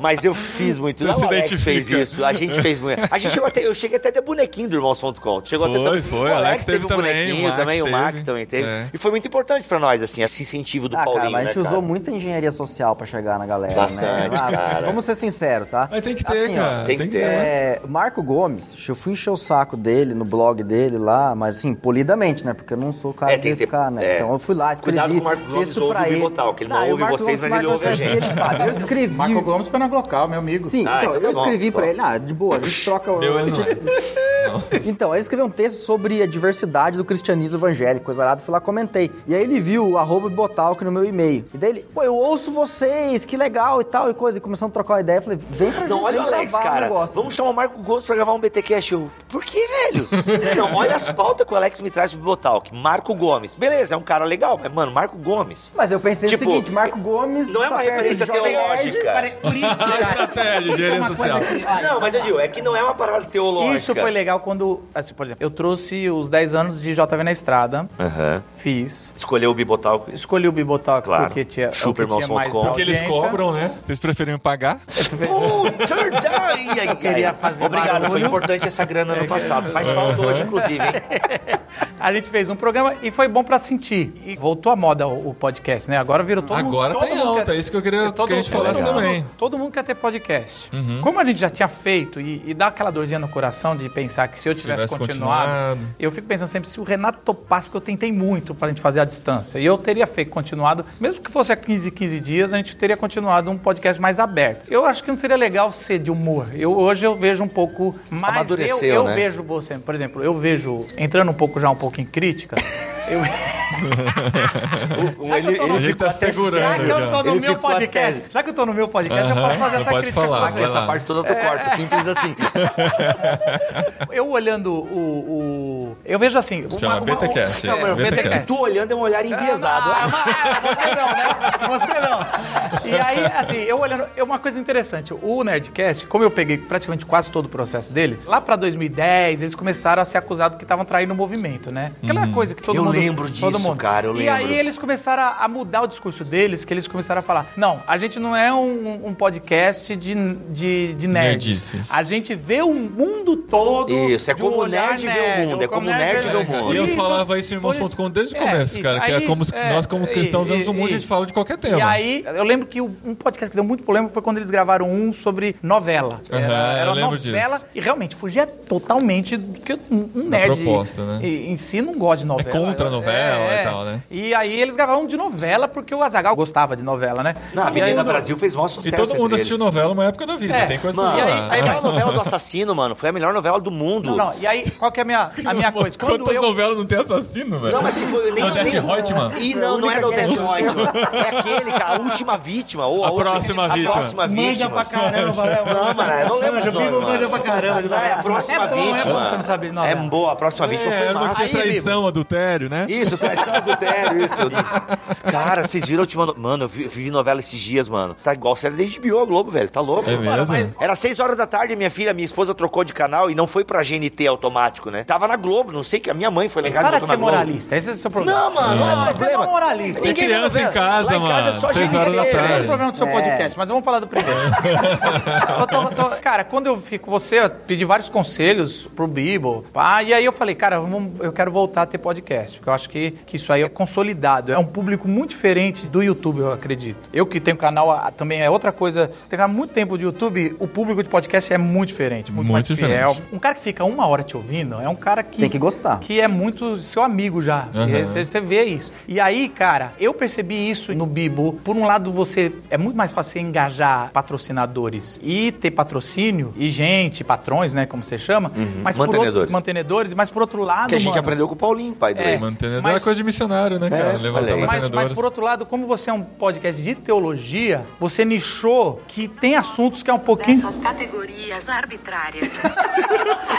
Mas eu fiz muito.
Você
Não,
se
o Alex
identifica.
fez isso. A gente fez muito. A gente chegou até, eu cheguei até a ter bonequinho do Irmãos.com. Chegou
Foi,
até
foi,
O
Alex
Alex,
teve
teve um
também, o
bonequinho
Mark
também, o Mark
teve.
também teve.
É.
E foi muito importante pra nós, assim, esse incentivo do
Ah,
Paulinho,
cara, mas a gente
né,
usou muita engenharia social pra chegar na galera,
Bastante,
né? Ah,
cara.
Vamos ser sinceros, tá?
Mas tem que ter,
Assim, ó,
cara.
tem que ter. né?
É, Marco Gomes, eu fui encher o saco dele no blog dele lá, mas assim, polidamente, né? Porque eu não sou o cara
É,
de
tem que ter-
ficar, né?
é.
Então eu fui lá, escrevi
Cuidado com o Marco
texto
Gomes, ouve
pra
o
ele. Ah,
Bibotal, que ele não
e o
ouve
Marco
vocês,
Gomes,
mas
Marco
ele ouve a
Gomes,
gente.
Ele sabe, eu escrevi.
Marco Gomes foi na Glocal, meu amigo.
Sim,
Ah,
então,
então tá
eu
bom,
escrevi
tá
pra
bom.
ele, ah, de boa, a gente troca o... né?
Meu, ele não é.
Então, aí ele escreveu um texto sobre a diversidade do cristianismo evangélico, coisa arada, fui lá, comentei. E aí ele viu o arroba Botalk no meu e-mail. E daí ele, pô, eu ouço vocês, que legal e tal, e coisa. E começamos a trocar uma ideia, falei, vem pra
Não,
gente,
olha o
vem
Alex,
gravar um
cara.
negócio.
Vamos chamar o Marco Gomes pra gravar um BTcast. Eu, por que, velho? não, olha as pautas que o Alex me traz pro Botalk. Marco Gomes. Beleza, é um cara legal, mas, mano, Marco Gomes.
Mas eu pensei
Tipo,
o seguinte, Marco Gomes...
não é uma
tá perto de
referência
Jovem Nerd,
teológica.
Pare- Por isso, cara.
Estratégia,
Isso é
gerência
uma coisa
social.
que- Ai,
Não, mas eu digo, é que não é uma parada teológica.
Isso foi legal quando, assim, por exemplo, eu trouxe os 10 anos de JV na estrada,
Aham.
fiz.
Escolheu o Bibotalk.
Escolhi o Bibotalk
Claro.
porque tinha, é o
Chupa
que tinha mais
irmãos.com.
Porque eles
audiência.
cobram, né? Vocês preferem me pagar?
Puta, ai, ai, ai.
queria fazer
Obrigado,
barulho.
foi importante essa grana no passado. Faz falta hoje, inclusive, hein?
A gente fez um programa e foi bom pra sentir. E voltou à moda o, o podcast, né? Agora virou todo mundo.
Agora
todo
tá em
mundo
alta,
quer-
é isso que eu queria que a gente falasse
todo mundo-
também.
Todo mundo quer ter podcast.
Uhum.
Como a gente já tinha feito e, e dá aquela dorzinha no coração de pensar que se eu tivesse,
Tivesse
continuado,
continuado.
eu fico pensando sempre se o Renato topasse, porque eu tentei muito pra gente fazer a distância. E eu teria feito continuado, mesmo que fosse a 15, 15 dias, a gente teria continuado um podcast mais aberto. Eu acho que não seria legal ser de humor. Eu, hoje eu vejo um pouco mais.
Amadureceu,
eu, eu
né?
vejo você, por exemplo, eu vejo, entrando um pouco já um pouco em crítica, eu.
O- Ele, ele
Ele
ficou
tá
até
segurando,
Já que eu tô no
Ele
meu
ficou até-
podcast, já que eu tô no meu podcast, eu
Aham,
posso fazer
você
essa
pode
crítica
falar,
pra
Aqui,
você.
vai lá.
essa parte toda tu corta, simples assim.
Eu olhando o, o- Eu vejo assim. Uma,
Chama BTcast,
Não,
é,
mas
BTcast.
BTcast.
Tu olhando é um olhar enviesado.
Ah, mas- você não, né? Você não. E aí, assim, eu olhando. é Uma coisa interessante, o Nerdcast, como eu peguei praticamente quase todo o processo deles, lá pra 2010, eles começaram a ser acusados que estavam traindo o movimento, né? Aquela
Uhum.
coisa que todo
Eu
mundo.
lembro disso,
todo mundo.
cara, eu
E aí
lembro.
eles começaram a a mudar o discurso deles, que eles começaram a falar: não, a gente não é um, um podcast de, de, de nerds.
Nerdices.
A gente vê o mundo todo.
Isso, é
de
como
um
o
olhar
nerd vê o mundo, é como o nerd vê o mundo.
E eu
né? Isso,
falava isso em
por
irmãos.com desde o
É,
começo,
isso.
cara. que é
Aí,
como se-
é,
nós, como
e-
cristãos,
e-
usamos um mundo, a gente
isso.
fala de qualquer tema.
E aí, eu lembro que o- um podcast que deu muito problema foi quando eles gravaram um sobre novela.
Aham, eu lembro
novela
disso.
e realmente fugia totalmente do que um um nerd
proposta, né? É
e- em si não gosta de novela. É.
contra a novela e tal, né?
E aí eles gravaram um de novela porque o Azagal gostava de novela, né?
Na
E aí,
Avenida Brasil fez maior sucesso.
E todo mundo
entre
assistiu
eles.
novela uma época da vida,
É,
tem coisa
Mano,
pra
E aí-
falar.
aí-
aquela novela do assassino, mano, foi a melhor novela do mundo.
não, não, e aí qual que é a minha, a minha coisa? Quando
Quantas
eu-
novelas não tem assassino, velho?
Não, mas ele
É
foi nem
Odete
nem-
Reutemann.
Ih, não, não era o Odete Reutemann. É aquele, cara, a última vítima. Ou a,
A
última-
próxima vítima.
A próxima
Manja
vítima.
pra caramba, né? mano?
Não, mano, eu não lembro
Manja,
o nome,
Bibo, manja
mano.
pra caramba. de
Ah, é a
novela.
próxima
É bom, é bom
vítima.
você não saber de
É
novela.
boa, a próxima vítima
É,
foi
não
massa.
tinha
Aí,
traição, adultério, né?
Isso, traição adultério, isso. Cara, vocês viram a última. No... Mano, eu vi, vi novela esses dias, mano. Tá igual série da HBO, a Globo, velho. Tá louco.
É mesmo?
Era seis horas da tarde, minha filha, minha esposa trocou de canal e não foi pra GNT automático, né? Tava na Globo, não sei que a minha mãe foi lá em casa e
Para de
botou
ser
na Globo.
moralista, esse é o seu problema.
Não, mano, não, é
Você é
problema.
um moralista.
Tem
vê
criança
novela.
em casa,
lá em casa é
mano.
só
Seis horas da
GNT,
Esse é o
tarde.
velho.
problema do seu
É.
podcast, mas vamos falar do primeiro. Eu tô- tô- cara, quando eu fico com você, eu pedi vários conselhos pro Bibo, pá, e aí eu falei, cara, vamos- eu quero voltar a ter podcast, porque eu acho que, que isso aí é consolidado. É um público muito diferente do YouTube, eu acredito. Eu que tenho canal ah, também é outra coisa. Tenho há muito tempo de YouTube, o público de podcast é muito diferente, muito,
Muito
mais fiel.
diferente.
Um cara que fica uma hora te ouvindo é um cara que...
Tem que gostar.
Que é muito seu amigo já.
Aham.
E Você você vê isso. E aí, cara, eu percebi isso no Bibo. Por um lado, você é muito mais fácil você engajar patrocinadores e ter patrocínio e gente, patrões, né, como você chama, mas por outro-
Uhum. Mantenedores.
mantenedores, mas por outro lado,
Que a gente
mano,
aprendeu com o Paulinho, pai do
É.
Lei.
Mantenedor
Mas-
é coisa de missionário, né, cara?
É,
Levantar
olha aí.
Mas, mas por
mantenedores.
outro lado, como você é um podcast de teologia, você nichou que tem assuntos que é um pouquinho
Dessas categorias arbitrárias.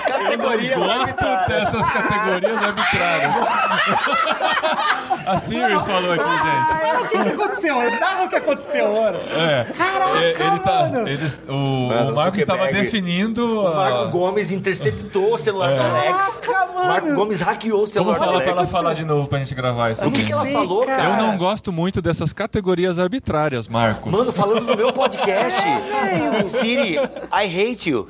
Categoria
assim. Gosto dessas categorias arbitrárias. A Siri falou aqui, gente.
o que, que aconteceu? É narra o que aconteceu, mano.
É. É, ele tá, ele- o,
Mano,
o Marcos estava
Zuckerberg.
definindo.
O Marco
a-
É.
Gomes interceptou o celular do Alex. Marco Gomes hackeou o
Vamos
celular do
falar pra ela
Alex.
falar de novo pra pra gente gravar isso
O que,
aqui.
que ela
sei,
falou,
cara.
cara?
Eu não gosto muito dessas categorias arbitrárias, Marcos.
Mano, falando no meu podcast.
É,
Siri, I hate you.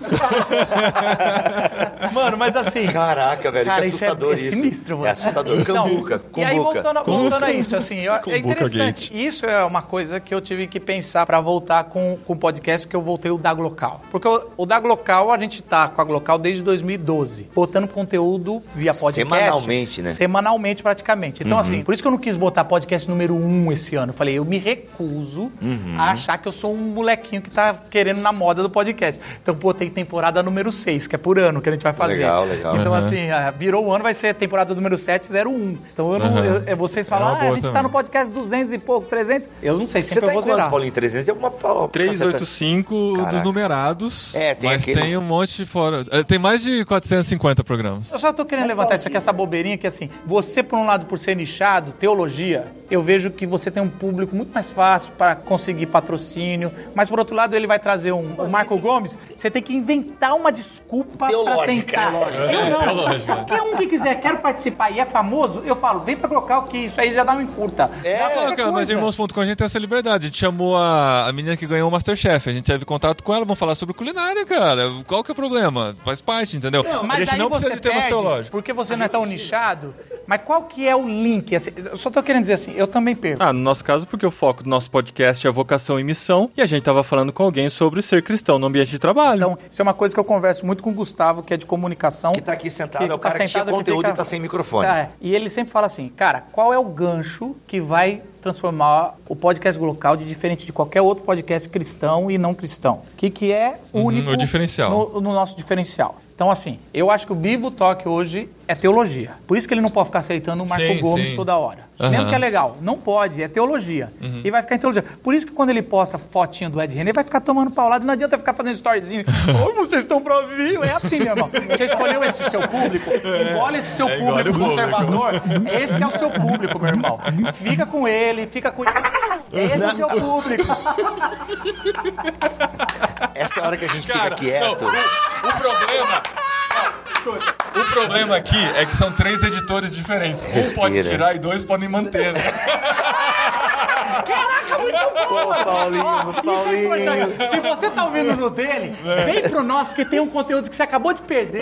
Mano, mas assim.
Caraca, velho,
Cara,
que
isso é-
assustador
é
isso.
sinistro, mano. Então,
É assustador. Cambuca,
E aí,
cumbuca.
voltando, voltando a isso, assim, eu- é
Cumbuca
interessante. Isso é uma coisa que eu tive que pensar pra voltar com, com o podcast, que eu voltei o Dag Local. Porque o, o Dag Local, a gente tá com a Glocal desde 2012, botando conteúdo via podcast.
Semanalmente, né? Uhum.
Semanalmente, praticamente. Então, assim, por isso que eu não quis botar podcast número um esse ano. Eu falei, eu me recuso
Uhum.
a achar que eu sou um molequinho que tá querendo na moda do podcast. Então, botei temporada número 6, que é por ano que a gente vai fazer.
Legal, legal.
Então, assim, ah, virou o ano, vai ser temporada número 701. Então, eu não,
Uhum.
eu- é, vocês
É uma
falam, ah, a
boa
gente tá
também.
no podcast 200 e pouco, 300. Eu não sei,
Você
sempre
tá
eu
em
vou
quanto,
zerar.
Paulinho? 300 é uma palavra.
385 dos
Caraca.
numerados.
É, tem
mas
aqueles-
tem um monte fora. É, Tem mais de 450 programas.
Eu só tô querendo levantar isso aqui, essa bobeirinha que, assim, você, por um lado, por ser nichado, teologia, eu vejo que você tem um público muito mais fácil para conseguir patrocínio, mas, por outro lado, ele vai trazer um, o Marco Gomes, você tem que inventar uma desculpa pra
Teológica, é
tentar.
teológica.
Eu não.
Teológica.
Qualquer um que quiser, quero participar e é famoso, eu falo, vem pra colocar o que isso aí já dá um encurta.
É.
Dá
Ah,
qualquer
cara, mas
coisa.
irmãos.com a gente tem essa liberdade. A gente chamou a, a menina que ganhou o Masterchef. A gente teve contato com ela, vamos falar sobre culinária, cara. Qual que é o problema? Faz parte, entendeu? a gente
aí
não precisa
você
de temas
perde,
teológicos.
Porque você não é tão nichado. Mas qual que é o link? Assim, eu só tô querendo dizer assim, eu também perco.
Ah, no nosso caso, porque o foco do nosso podcast é vocação e missão, e a gente tava falando com alguém sobre ser cristão no ambiente de trabalho.
Então, isso é uma coisa que eu converso muito com o Gustavo, que é de comunicação.
Que tá aqui sentado, é o
tá
cara que tinha
sentado,
conteúdo e tá sem microfone.
Tá, é. E ele sempre fala assim, cara, qual é o gancho que vai transformar o podcast local de diferente de qualquer outro podcast cristão e não cristão? O que, que é único
o diferencial.
No, no nosso diferencial? Então, assim, eu acho que o Bibo Talk hoje é teologia. Por isso que ele não pode ficar aceitando o Marco
Sim,
Gomes
sim.
toda hora.
Aham. Uhum.
Mesmo que é legal, não pode, é teologia. E vai ficar em teologia. Por isso que quando ele posta fotinho do Ed Renner, ele vai ficar tomando paulado. Não adianta ficar fazendo storyzinho. Como vocês estão pra ouvir? É assim, meu irmão. Você escolheu esse seu público,
É.
embora esse seu público conservador, esse é o seu público, meu irmão. Fica com ele, fica com... Esse é o seu público.
Essa é a hora que a gente
Cara,
fica quieto.
não, o, o problema. O problema aqui é que são três editores diferentes. Um pode
Respira.
tirar e dois podem manter. né?
Ô, Paulinho, É.
Isso é importante. Se você tá ouvindo no dele, vem pro nosso que tem um conteúdo que você acabou de perder.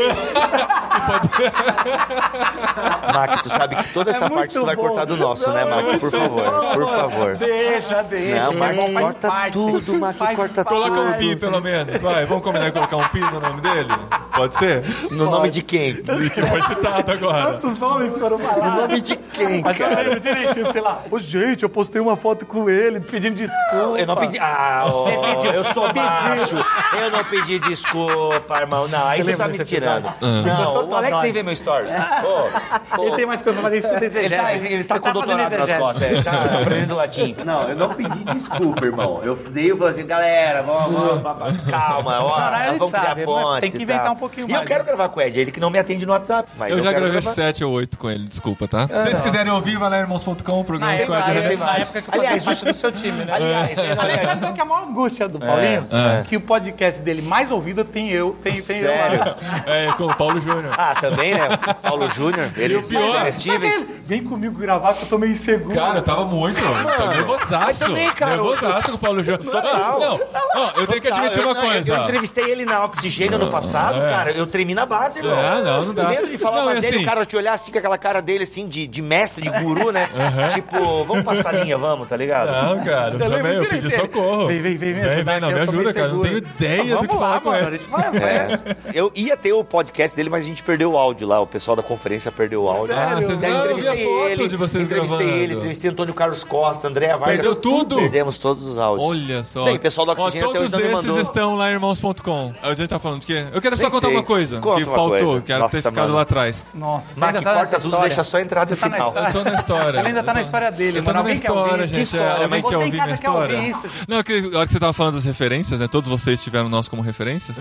Mac, tu sabe que toda essa
É
parte tu
muito
vai
bom.
cortar do nosso, né, Mac? Por favor, por favor.
Deixa, deixa.
Não,
meu
Marco,
irmão, faz
corta
parte.
tudo, Marco,
Faz
corta
parte.
Coloca um pi, pelo menos. Vai, vamos combinar e colocar um pi no nome dele? Pode ser?
No nome de quem? No
Que foi citado agora.
Os nomes foram falados.
nome de quem,
Mas eu
cara?
lembro direitinho, sei lá. Ô, gente, eu postei uma foto com ele pedindo desculpa.
Eu não pedi. Ah, ó,
Você pediu.
eu sou
Pediu.
macho. Eu não pedi desculpa, irmão. Não, aí
Você
tu tá
lembra
me
desse
tirando. Não, o Alex
dói.
tem que ver meu stories. Ô, ô,
Ele tem mais coisa pra fazer, isso tudo é
ele, tá,
exegese.
ele tá com o
fazendo
doutorado nas
exegese. É.
costas. Ele tá aprendendo latim.
Não, eu não pedi desculpa, irmão. Eu dei e falei assim, galera, vamos, vamos, vamos.
Calma, ó,
Não, não, a
nós
gente
vamos criar
sabe,
ponte.
tem que
e
inventar
tal.
um pouquinho
E eu
mais,
quero
né?
gravar com o Ed, ele que não me atende no WhatsApp. Mas eu,
Eu já
quero
gravei
gravar.
7 ou 8 com ele, desculpa, tá? Se vocês quiserem ouvir, vai lá em irmãos.com, o
Na
programa
época,
Squad
vários,
Red.
tem
Ah, na
vários.
época que eu fazia
Aliás,
parte
isso-
do seu time, né?
Aliás, é, não,
Aliás,
aliás,
sabe qual que é a maior angústia do Paulinho? Que o podcast dele mais ouvido tem eu, tem, tem eu. lá.
é. Sério?
É, com o Paulo Júnior.
Ah, também, né? Paulo Júnior, eles
pior-
comestíveis.
Vem comigo gravar que eu tô meio inseguro.
Cara, eu tava muito. Eu tava
mas
nervosaço.
também, cara,
nervosaço com o Paulo Júnior.
Total.
Não, ó, eu tenho que admitir uma
eu, eu- Eu,
coisa.
entrevistei ele na Oxigênio no passado, cara. Eu tremi na base, irmão.
É, não, não dá.
Eu lembro de falar
Não,
mais
é
dele,
assim-
o cara te olhar assim com aquela cara dele, assim, de, de mestre, de guru, né? Tipo, vamos passar a linha, vamos, tá ligado?
Não, cara, eu, também, eu pedi socorro.
é. Vem, vem, vem, me
Vem,
ajudar
vem, não,
aqui,
me
eu tô meio
ajuda, cara. Eu não tenho
seguro.
ideia do
Vamos
que falar
lá,
com ele.
mano, a gente vai, vai.
É. Eu ia ter o podcast dele, mas a gente perdeu o áudio lá. O pessoal da conferência perdeu o áudio.
Sério? Ah, vocês
Sério,
não, eu vi a
entrevistei
foto
ele,
de vocês
entrevistei
gravando.
ele, entrevistei Antônio Carlos Costa, Andréa Vargas.
Perdeu tudo?
Perdemos todos os áudios.
Olha só.
Bem, o pessoal do
Ó,
Oxigênio até
todos
hoje não me
esses
mandou.
estão lá em irmãos.com. A gente tá falando de quê? Eu quero só
Nem
contar
sei.
uma coisa
Conta
que
uma
faltou,
coisa.
que era pra ter
Nossa,
ficado
mano.
lá atrás.
Nossa, você
Mac,
ainda tá
corta
nessa
tudo,
história?
deixa só a entrada
Você
no
tá na
final.
história?
Eu tô na história.
Ele ainda tá na história dele,
Eu tô
mano.
na
Alguém quer ouvir
história,
isso?
gente. é
história,
Alguém
mas
quer
você em
ouvir minha
casa quer ouvir
história?
isso?
Não, que, a hora que você tava falando das referências, né? Todos vocês tiveram nós como referências.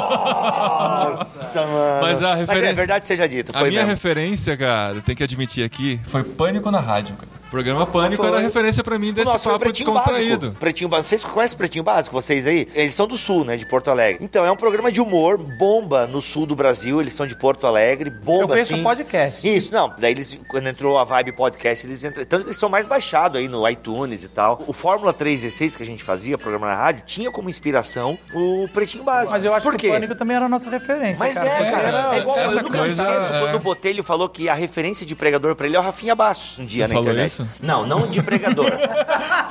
Nossa, mano.
Mas a
Mas é
referência-
verdade seja dito,
A
foi
minha
mesmo.
referência, cara, tem que admitir aqui, foi Pânico na Rádio, cara. O programa Pânico era referência pra mim desse
foi o
papo descontraído.
Básico. Pretinho Básico. Vocês conhecem o Pretinho Básico, vocês aí? Eles são do Sul, né? De Porto Alegre. Então, é um programa de humor, bomba no Sul do Brasil. Eles são de Porto Alegre, bomba
Eu conheço
assim.
o podcast.
Isso, não. Daí eles, quando entrou a Vibe Podcast, eles entraram. Tanto que eles são mais baixados aí no iTunes e tal. O Fórmula 316 que a gente fazia, programa na rádio, tinha como inspiração o Pretinho Básico.
Mas eu acho
Por
que o
quê?
Pânico também era a nossa referência,
Mas
cara.
é, cara.
era-
é igual, eu
essa
nunca
coisa,
esqueço
é.
quando o Botelho falou que a referência de pregador pra ele é o Rafinha Bassos um dia
Ele
na
falou
internet.
isso?
Não, não de pregador.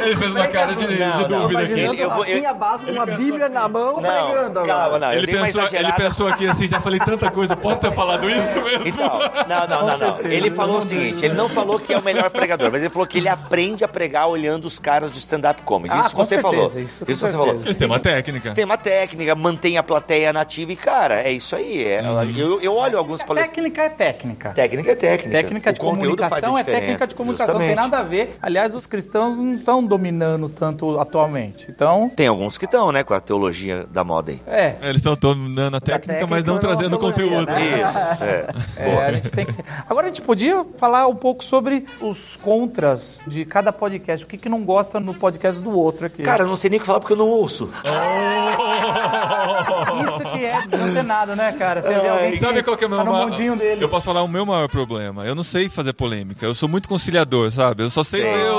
Ele fez uma cara de, de
Não, não.
dúvida aqui.
Imagina-
Imaginando
eu
eu
vou- eu-
Rafinha Bastos com uma bíblia na mão pregando
não,
agora.
calma, não. Eu
Ele
dei uma
pensou, ele
exagerada.
pensou aqui assim, já falei tanta coisa, posso ter falado isso mesmo?
Então, não, não, não, não. Ele falou o seguinte, ele não falou que é o melhor pregador, mas ele falou que ele aprende a pregar olhando os caras do stand-up comedy.
Ah,
isso que
com
você
certeza,
falou.
isso com
que você falou.
Ele tem uma técnica.
Tem uma técnica, mantém a plateia nativa e, cara, é isso aí. é-
Uhum.
eu, eu olho alguns palestrantes.
Técnica é técnica.
Técnica é técnica.
Técnica
O
de
conteúdo faz a
comunicação é
diferença,
técnica de comunicação, não
justamente.
tem nada a ver. Aliás, os cristãos não estão dominando tanto atualmente. Então,
Tem alguns que estão, né, com a teologia da moda aí.
é.
Eles estão dominando a técnica, mas não
técnica, não
trazendo
a teoria,
conteúdo.
né?
Isso, é.
é, a gente tem que ser. Agora a gente podia falar um pouco sobre os contras de cada podcast. O que, que não gosta no podcast do outro aqui.
Cara, eu não sei nem o que falar porque eu não ouço.
isso que é desantenado, né, cara? Você vê alguém que
Sabe qual que é o meu
tá no
maior-
mundinho dele.
Eu posso falar o meu maior problema. Eu não sei fazer polêmica. Eu sou muito conciliador, sabe? Eu só sei
Sim.
ver o, o- o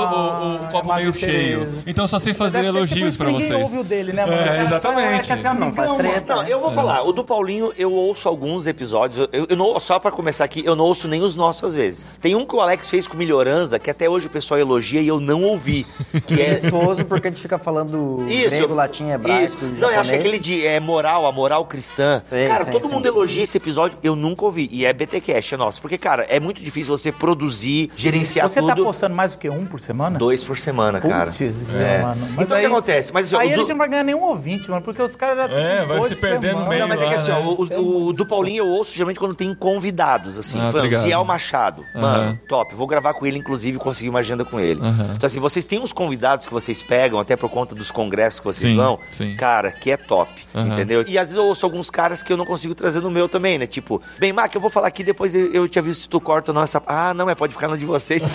Ah,
copo
Madre
meio
Teresa.
cheio. Então eu só sei fazer
Deve ser por
elogios
isso que
pra
ninguém ouve
vocês.
o dele, né, mano?
É,
Quer ser-
exatamente.
Quer ser amigão,
Não, faz
mano.
treta. né? É.
Não, eu vou falar. O do Paulinho, eu ouço alguns episódios. Eu, eu não, só pra começar aqui, eu não ouço nem os nossos às vezes. Tem um que o Alex fez com o Melhoranza, que até hoje o pessoal elogia e eu não ouvi. Que é.
Preguiçoso porque a gente fica falando
Isso.
grego, latim, hebraico,
isso. Não, eu acho que
japonês.
aquele de é, moral, a moral cristã.
Sim,
cara,
sim,
todo
sim,
mundo
sim.
elogia esse episódio, eu nunca ouvi. E é BTCast, é nosso. Porque, cara, é muito difícil você produzir, gerenciar
Você tá
tudo.
postando mais do que um por semana?
Dois por semana, cara.
Putz,
É.
mano. Mas
Então o que
aí-
acontece? Mas, assim,
aí
o do-
a gente não vai ganhar nenhum ouvinte, mano, porque os caras já
É, vai
dois
se perder no
semanas.
meio
Não, mas é que
lá,
assim, ó,
né?
o, o- o do Paulinho eu ouço geralmente quando tem convidados, assim.
Ah,
Mano,
obrigado.
Ziel Machado. Mano,
Aham.
top. Vou gravar com ele, inclusive, conseguir uma agenda com ele. Então, assim, vocês têm uns convidados que vocês pegam, até por conta dos congressos que vocês
Sim,
vão.
sim.
Cara, que é top.
Aham.
Entendeu? E às vezes eu ouço alguns caras que eu não consigo trazer no meu também, né? Tipo, bem, Mac, eu vou falar aqui, depois eu, eu te aviso se tu corta ou não essa. Ah, não, é, pode ficar no de vocês.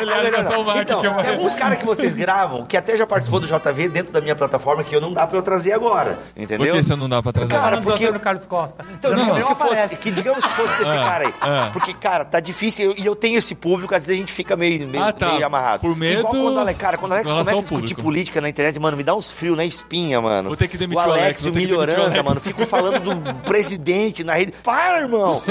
Ele era só o Mark
então,
que é uma...
tem alguns caras que vocês gravam que até já participou do JV dentro da minha plataforma que eu não dá pra eu trazer agora.
Por
Entendeu?
que você não dá pra trazer?
Cara,
Cara,
porque-
porque... do Carlos Costa.
Então,
Já não,
digamos
não
que, fosse,
aparece.
que digamos que fosse desse
Ah,
cara aí.
ah.
Porque, cara, tá difícil. eu- E eu, tenho esse público, às vezes a gente fica meio, meio,
Ah, tá.
meio amarrado.
Por medo
Igual quando o Alex, cara, quando o Alex
em relação
começa a
ao
discutir
público.
política na internet, mano, me dá uns frios na espinha, mano.
Vou ter que demitir
o
o
Alex.
Alex,
o
vou ter que demitir o
Melhoranza,
Alex.
mano, fico falando do presidente na rede. Para, irmão!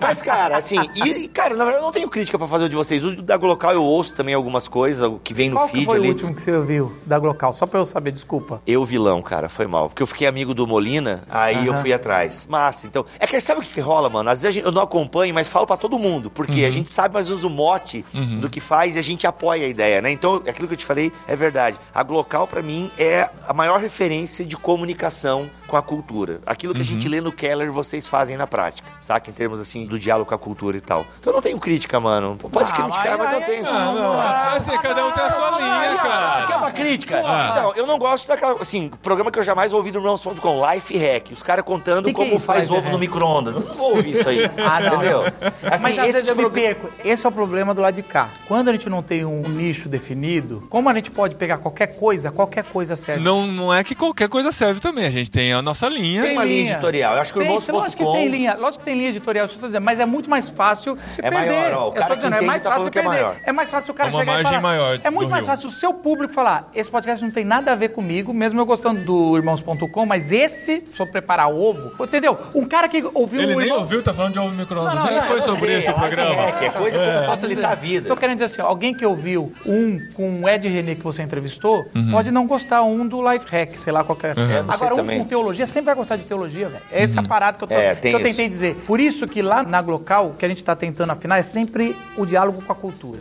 Mas, cara, assim, e, e, cara, na verdade eu não tenho crítica pra fazer o de vocês. O da Glocal eu ouço também algumas coisas, o que vem no
Qual
feed
que foi
ali.
o último que você ouviu da Glocal? Só pra eu saber, desculpa.
Eu vilão, cara, foi mal. Porque eu fiquei amigo do Molina, aí eu fui atrás. Massa, então. É que sabe o que que rola, mano? Às vezes a gente- eu não acompanho, mas falo pra todo mundo. Porque
Uhum.
a gente sabe mais ou menos o mote do que faz e a gente apoia a ideia, né? Então, aquilo que eu te falei é verdade. A Glocal, pra mim, é a maior referência de comunicação com a cultura. Aquilo que a
Uhum.
gente lê no Keller, vocês fazem na prática, saca? Em termos, assim, do diálogo com a cultura e tal. Então, eu não tenho crítica, mano. Pode
Ah,
criticar, mas,
mas
eu
aí-
tenho.
Ah, não. Assim, cada um tem a sua linha, cara.
Que é uma crítica.
Ah.
Então, eu não gosto daquela. Assim, programa que eu jamais ouvi do irmãos.com, Life Hack. Os caras contando
Que que é
como
isso,
faz
Life
ovo
Hack?
no micro-ondas. Eu Não vou ouvir isso aí.
Ah, não.
Entendeu? Assim,
Mas às
esses
vezes eu me
programas-
perco. Esse é o problema do lado de cá. Quando a gente não tem um nicho definido, como a gente pode pegar qualquer coisa, qualquer coisa serve.
Não, não é que qualquer coisa serve também. A gente tem a nossa linha.
Tem é uma linha editorial. Eu acho que o
Tem,
irmãos.com-
lógico que tem linha, lógico que tem linha editorial, isso eu tô dizendo, mas é muito mais fácil se
É
perder.
maior, ó, o
Eu tô
cara que
dizendo,
entende
é mais
tá
fácil
falando que é
perder.
maior.
É mais fácil o cara
É uma
chegar e
margem
falar.
maior
é muito
do
mais
Rio.
fácil o seu público falar, esse podcast não tem nada a ver comigo, mesmo eu gostando do irmãos.com, mas esse, só preparar ovo, entendeu? Um cara que ouviu
Ele
o
nem
irmão-
ouviu, tá falando de ovo micro-ondas.
Não, não,
Nem
não,
foi
Eu
sobre
sei,
esse o
Life
programa.
Hack, é coisa como facilitar a vida.
Tô querendo dizer assim, ó, alguém que ouviu um com o Ed René que você entrevistou, pode não gostar um do Life Hack, sei lá, qualquer.
Uhum. É, não sei
Agora, um
também.
com teologia sempre vai gostar de teologia, velho. É esse aparato que eu, tô,
É, tem
que eu
isso.
tentei dizer. Por isso que lá na Glocal, o que a gente tá tentando afinar
Uhum.
é sempre o diálogo com a cultura.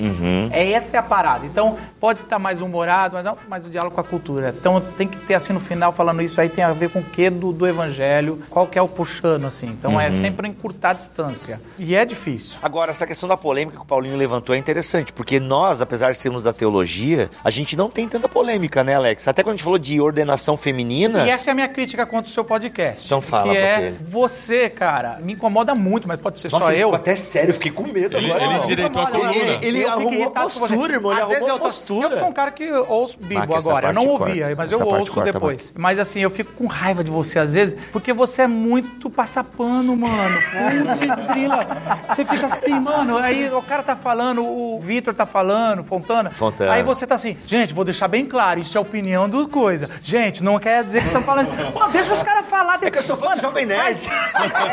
É essa é a parada. Então, pode estar mais humorado, mas Não, mas o diálogo com a cultura. Então tem que ter assim no final falando isso aí tem a ver com o que do, do evangelho, qual que é o puxando, assim. Então
Uhum.
é sempre encurtar a distância. E é difícil.
Agora, essa questão da polêmica que o Paulinho levantou é interessante, porque nós, apesar de sermos da teologia, a gente não tem tanta polêmica, né, Alex? Até quando a gente falou de ordenação feminina.
E essa é a minha crítica contra o seu podcast.
Então fala,
Que é
Botelho.
você, cara, me incomoda muito, mas pode ser só
ele
eu.
ficou até sério, fiquei com medo
Ele,
agora.
ele
irmão.
direitou a
Olha,
coluna.
ele- ele-
eu fico
arrumou a
irritado com você.
postura, irmão, ele
Às vezes
arrumou
eu
a
tô-
postura.
Eu sou um cara que ouço
Marca
Bibo
essa
agora. Eu não
parte,
ouvia,
corta.
mas
Essa
eu
parte
ouço
corta,
depois. Mas assim, eu fico com raiva de você às vezes, porque você é muito passapano, mano. Putz, grila. Você fica assim, mano. Aí o cara tá falando, o Vitor tá falando, Fontana.
Fontana.
Aí você tá assim, gente, vou deixar bem claro, isso é a opinião do coisa. Gente, não quer dizer que estão falando. Pô, deixa os caras falar. É
que eu sou fã do Jovem Nerd.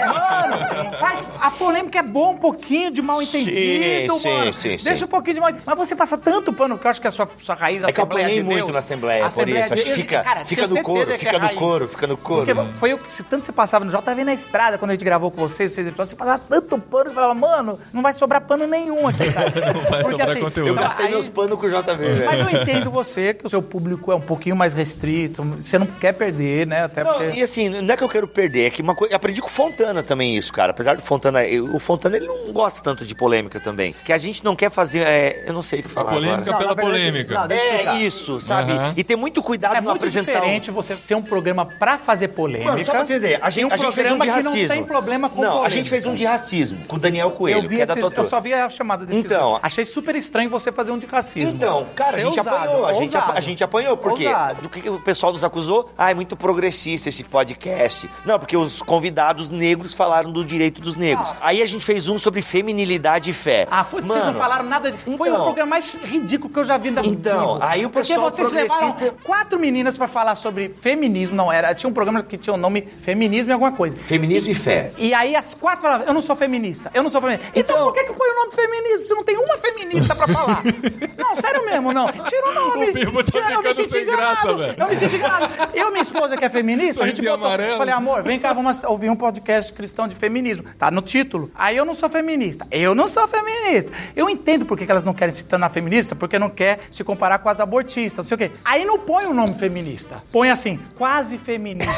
Mano, faz, a polêmica é bom um pouquinho de mal entendido,
Sim,
mano.
sim, sim,
Deixa
sim.
um pouquinho de mal entendido. Mas você passa tanto pano que eu acho que a sua, sua raiz
É que eu
Assembleia
apanhei
de
muito
Deus.
na Assembleia,
Assembleia
por isso.
de
Acho que
Deus,
fica,
cara,
fica
tenho
no couro,
certeza que
fica
é
no
raiz.
couro, fica no couro.
Porque foi eu que se tanto você passava no JV na estrada, quando a gente gravou com vocês, vocês você passava tanto pano que falava, mano, não vai sobrar pano nenhum aqui, cara. não
vai sobrar conteúdo.
Eu gastei meus panos com o JV,
Então, mas eu
velho.
entendo você, que o seu público é um pouquinho mais restrito, você não quer perder, né? Até
Não,
porque...
e assim, não é que eu quero perder, é que uma coisa. eu Aprendi com o Fontana também isso, cara. Apesar do Fontana. eu- O Fontana ele não gosta tanto de polêmica também. Que a gente não quer fazer. é, eu não sei o que falar.
polêmica
agora.
Não,
pela
na verdade,
polêmica.
não, deixa eu
É
explicar.
isso, sabe?
Aham.
E ter muito cuidado
É
no
muito
apresentar. um-
diferente você ser um programa pra fazer polêmica.
Mano, só pra entender, a
e
gente,
um
a gente fez um
programa
de
que
racismo.
não tem problema com
Não, a
polêmica.
gente fez um de racismo com o Daniel Coelho,
Eu, vi
que é da
esses-
Totô.
eu só vi a chamada desses
Então.
dois. Achei super estranho você fazer um de racismo.
Então, cara, a
Isso é
gente
ousado,
apanhou. A gente,
ousado.
apa- a gente apanhou, por quê?
Ousado.
Do que, que o pessoal nos acusou? Ah, é muito progressista esse podcast. Não, porque os convidados negros falaram do direito dos negros. Aí a gente fez um sobre feminilidade e fé.
Ah, putz, vocês não
Mano,
falaram nada. de- Foi o
então.
programa mais ridículo que eu já vi da
Então,
Bibo.
aí o pessoal
Porque vocês levaram
progressista-
quatro meninas pra falar sobre feminismo. Não, era tinha um programa que tinha o nome Feminismo e alguma coisa.
Feminismo e fé.
E aí as quatro falavam, eu não sou feminista, eu não sou feminista. Então, por que que põe o nome feminismo? Você não tem uma feminista pra falar. não, sério mesmo, não. Tira o nome.
O Bibo tá
Tira, eu me
ficando
senti
sem graça,
enganado.
velho.
eu me senti enganado. Eu e minha esposa que é feminista, a gente
Sorrisinho
botou.
amarelo.
Falei, amor, vem cá, vamos ouvir um podcast cristão de feminismo. Tá no título. Aí eu não sou feminista. Eu não sou feminista. Eu entendo por que que elas não querem se tornar feminista, porque não quer se comparar com as abortistas, não sei o quê. Aí não põe o nome feminista. Põe assim, quase feminista.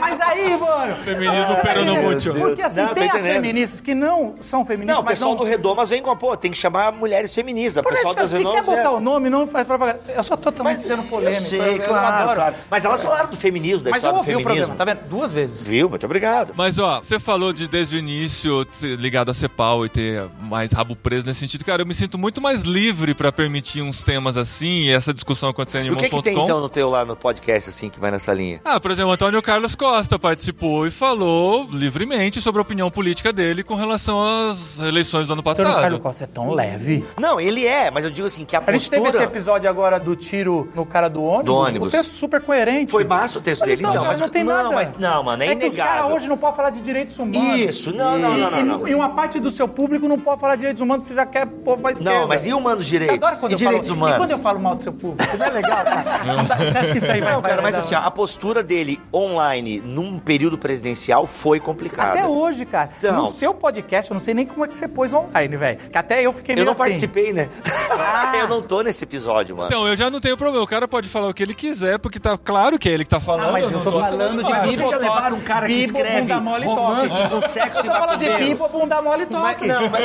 Mas aí, mano.
Feminismo peronomútil.
Porque assim,
Não, tô
tem as
tá entendendo.
feministas que não são feministas,
Não, o
mas
pessoal
não.
do Redomas vem com a pô, tem que chamar mulheres feministas. O
Por
pessoal
isso,
das
se quer
Redomas.
botar
é.
o nome, não faz propaganda. Eu só tô também sendo polêmico.
eu sei,
eu- eu
claro,
adoro.
claro. Mas elas falaram do feminismo, da
Mas eu
história do
ouvi o
feminismo.
programa, tá vendo? Duas vezes.
Viu? Muito obrigado.
Mas ó, você falou de desde o início ser ligado a Cepal e ter mais rabo preso nesse sentido. Cara, eu me sinto muito mais livre pra permitir uns temas assim e essa discussão acontecendo em
E o que, que tem
irmãos.com.
então no teu lá no podcast, assim, que vai nessa linha?
Ah, por exemplo, Antônio Carlos Costa participou e falou livremente sobre a opinião política dele com relação às eleições do ano
Antônio Carlos
passado.
Costa é tão leve.
Não, ele é, mas eu digo assim que a
A gente teve esse
postura
episódio agora do tiro no cara do ônibus.
Do ônibus.
O texto super coerente.
foi massa o texto dele, então,
mas
mas
não tem nada.
mas não, mano, é,
que os caras
inegável.
hoje não podem falar de direitos humanos.
Isso, não, não, não,
E-
não, não.
E uma parte do seu público não pode falar de direitos humanos que já quer povo pra esquerda.
Não, mas e humanos
Você
direitos?
adora quando
e
eu
direitos
falo,
humanos?
E quando eu falo mal do seu público, não é legal, cara? Não dá- Você acha que isso aí vai
Não, cara,
vai
mas
dar-
assim, ó, a postura dele online num período presidencial foi complicada.
Até hoje, cara.
Então.
No seu podcast, eu não sei nem como é que você pôs online, velho. Que até eu fiquei
Eu
meio
não
assim. Ah.
participei, né? eu não tô nesse episódio, mano.
Então, eu já não tenho problema. O cara pode falar o que ele quiser, porque tá claro que é ele que tá falando.
Ah, mas eu
não
tô falando de
Mas
bibo,
vocês já
toque,
levaram um cara que
bibo,
escreve
bunda mole,
romance
toque.
com sexo
Eu
e
tô falando de
macumbeiro.
bibo, bunda mole, toque.
Mas, é não, mas,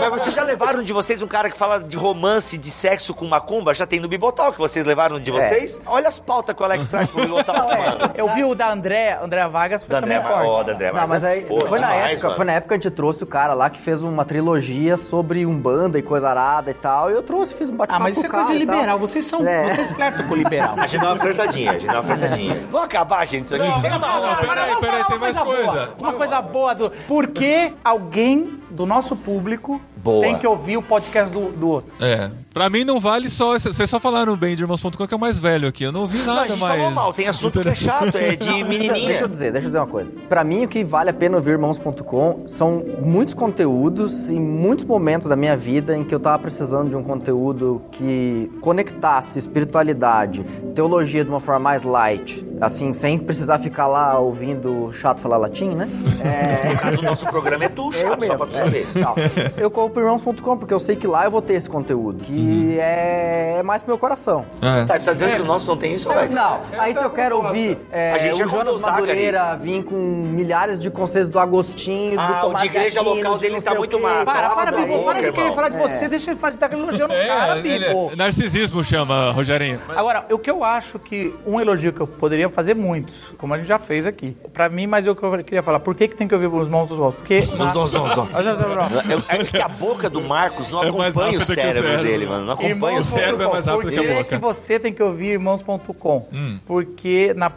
mas vocês já levaram de vocês um cara que fala de romance, de sexo com macumba? Já tem no Bibotal que vocês levaram
É.
de vocês? Olha as pautas que o Alex traz pro Bibotal,
Não, é.
mano.
Eu vi o da André, André Vargas, foi
Da André,
também
Ma- ó,
forte.
da André
é Não, Ah, mas
Vargas é
aí
foda
foi, na
demais,
época,
mano.
foi na época que a gente trouxe o cara lá que fez uma trilogia sobre Umbanda e coisa arada e tal. E eu trouxe, fiz um
Ah,
bate-papo
mas isso
com
é
o cara
coisa de
e tal.
liberal. Vocês são.
É.
Vocês flertam com o liberal.
A gente dá uma flertadinha, a gente dá uma flertadinha. Vamos acabar, gente, isso aqui?
não, não, peraí,
Vamos
peraí,
falar
tem
uma
mais
boa.
coisa.
Uma coisa boa do. Por que alguém do nosso público
Boa.
tem que ouvir o podcast do, do outro?
É. Pra mim não vale só. Vocês só falaram bem de irmãos.com que é o mais velho aqui. Eu não ouvi
Não,
nada
a gente
mais.
falou mal, tem assunto que é chato, é de
Deixa- Deixa eu
menininha.
dizer, deixa eu dizer uma coisa. Pra mim, o que vale a pena ouvir irmãos.com são muitos conteúdos e muitos momentos da minha vida em que eu tava precisando de um conteúdo que conectasse espiritualidade, teologia de uma forma mais light, assim, sem precisar ficar lá ouvindo chato falar latim, né? É.
No caso, o nosso programa é tu,
Eu
chato, só
mesmo,
pra tu
é.
saber.
Não. Eu compro irmãos.com porque eu sei que lá eu vou ter esse conteúdo, que
Uhum.
é, é mais pro meu coração.
É.
Tá, tá dizendo que o nosso não tem isso, Alex?
Não, aí se eu quero ouvir é,
A gente já
o
contou o
Jonas
Zagari.
Madureira vir com milhares de conselhos do Agostinho,
Ah,
do
o de
Tomás
igreja
Aquino,
local
de
dele
não
tá
sei o
muito
quê.
massa.
Para, para,
Lava a
Bibo, para de
boca,
querer
tá irmão. É.
falar de você, deixa ele fa- tá elogiando o cara,
É, ele-
Bibo.
narcisismo chama, Rogerinho.
Agora, o que eu acho que um elogio que eu poderia fazer muitos, como a gente já fez aqui, pra mim, mas eu que eu queria falar, por que, que tem que ouvir os monstros voltos? Porque.
Zon, zon, zon.
Olha só, Bruno.
Eu- É que a boca do Marcos
É
não
mais
acompanha o
rápida que o
cérebro
cérebro.
dele, mano. Não acompanha o
Irmãos.com.
cérebro.
cérebro é mais rápido
Por
que a
que
boca. Hum.
que você tem que ouvir irmãos.com? Porque na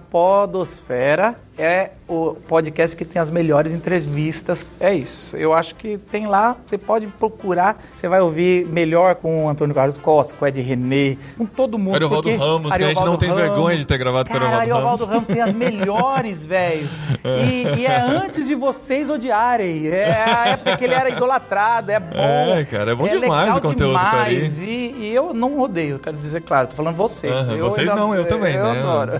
Podosfera é o podcast que tem as melhores entrevistas. É isso. Eu acho que tem lá, você pode procurar, você vai ouvir melhor com o Antônio Carlos Costa, com o Ed Renê, com todo mundo.
Ariovaldo
porque
Ramos, que a gente
Ariovaldo
não tem vergonha de ter gravado com
Cara,
Ariovaldo
Ariovaldo
Ramos.
Ramos tem as melhores, velho. E, e é antes de vocês odiarem. É a época que ele era idolatrado, é bom.
É, cara, é bom demais
legal
o conteúdo tá do Cari.
demais. E, e eu não odeio, quero dizer, claro, tô falando vocês.
Aham, vocês não, eu também,
é,
né?
Eu adoro.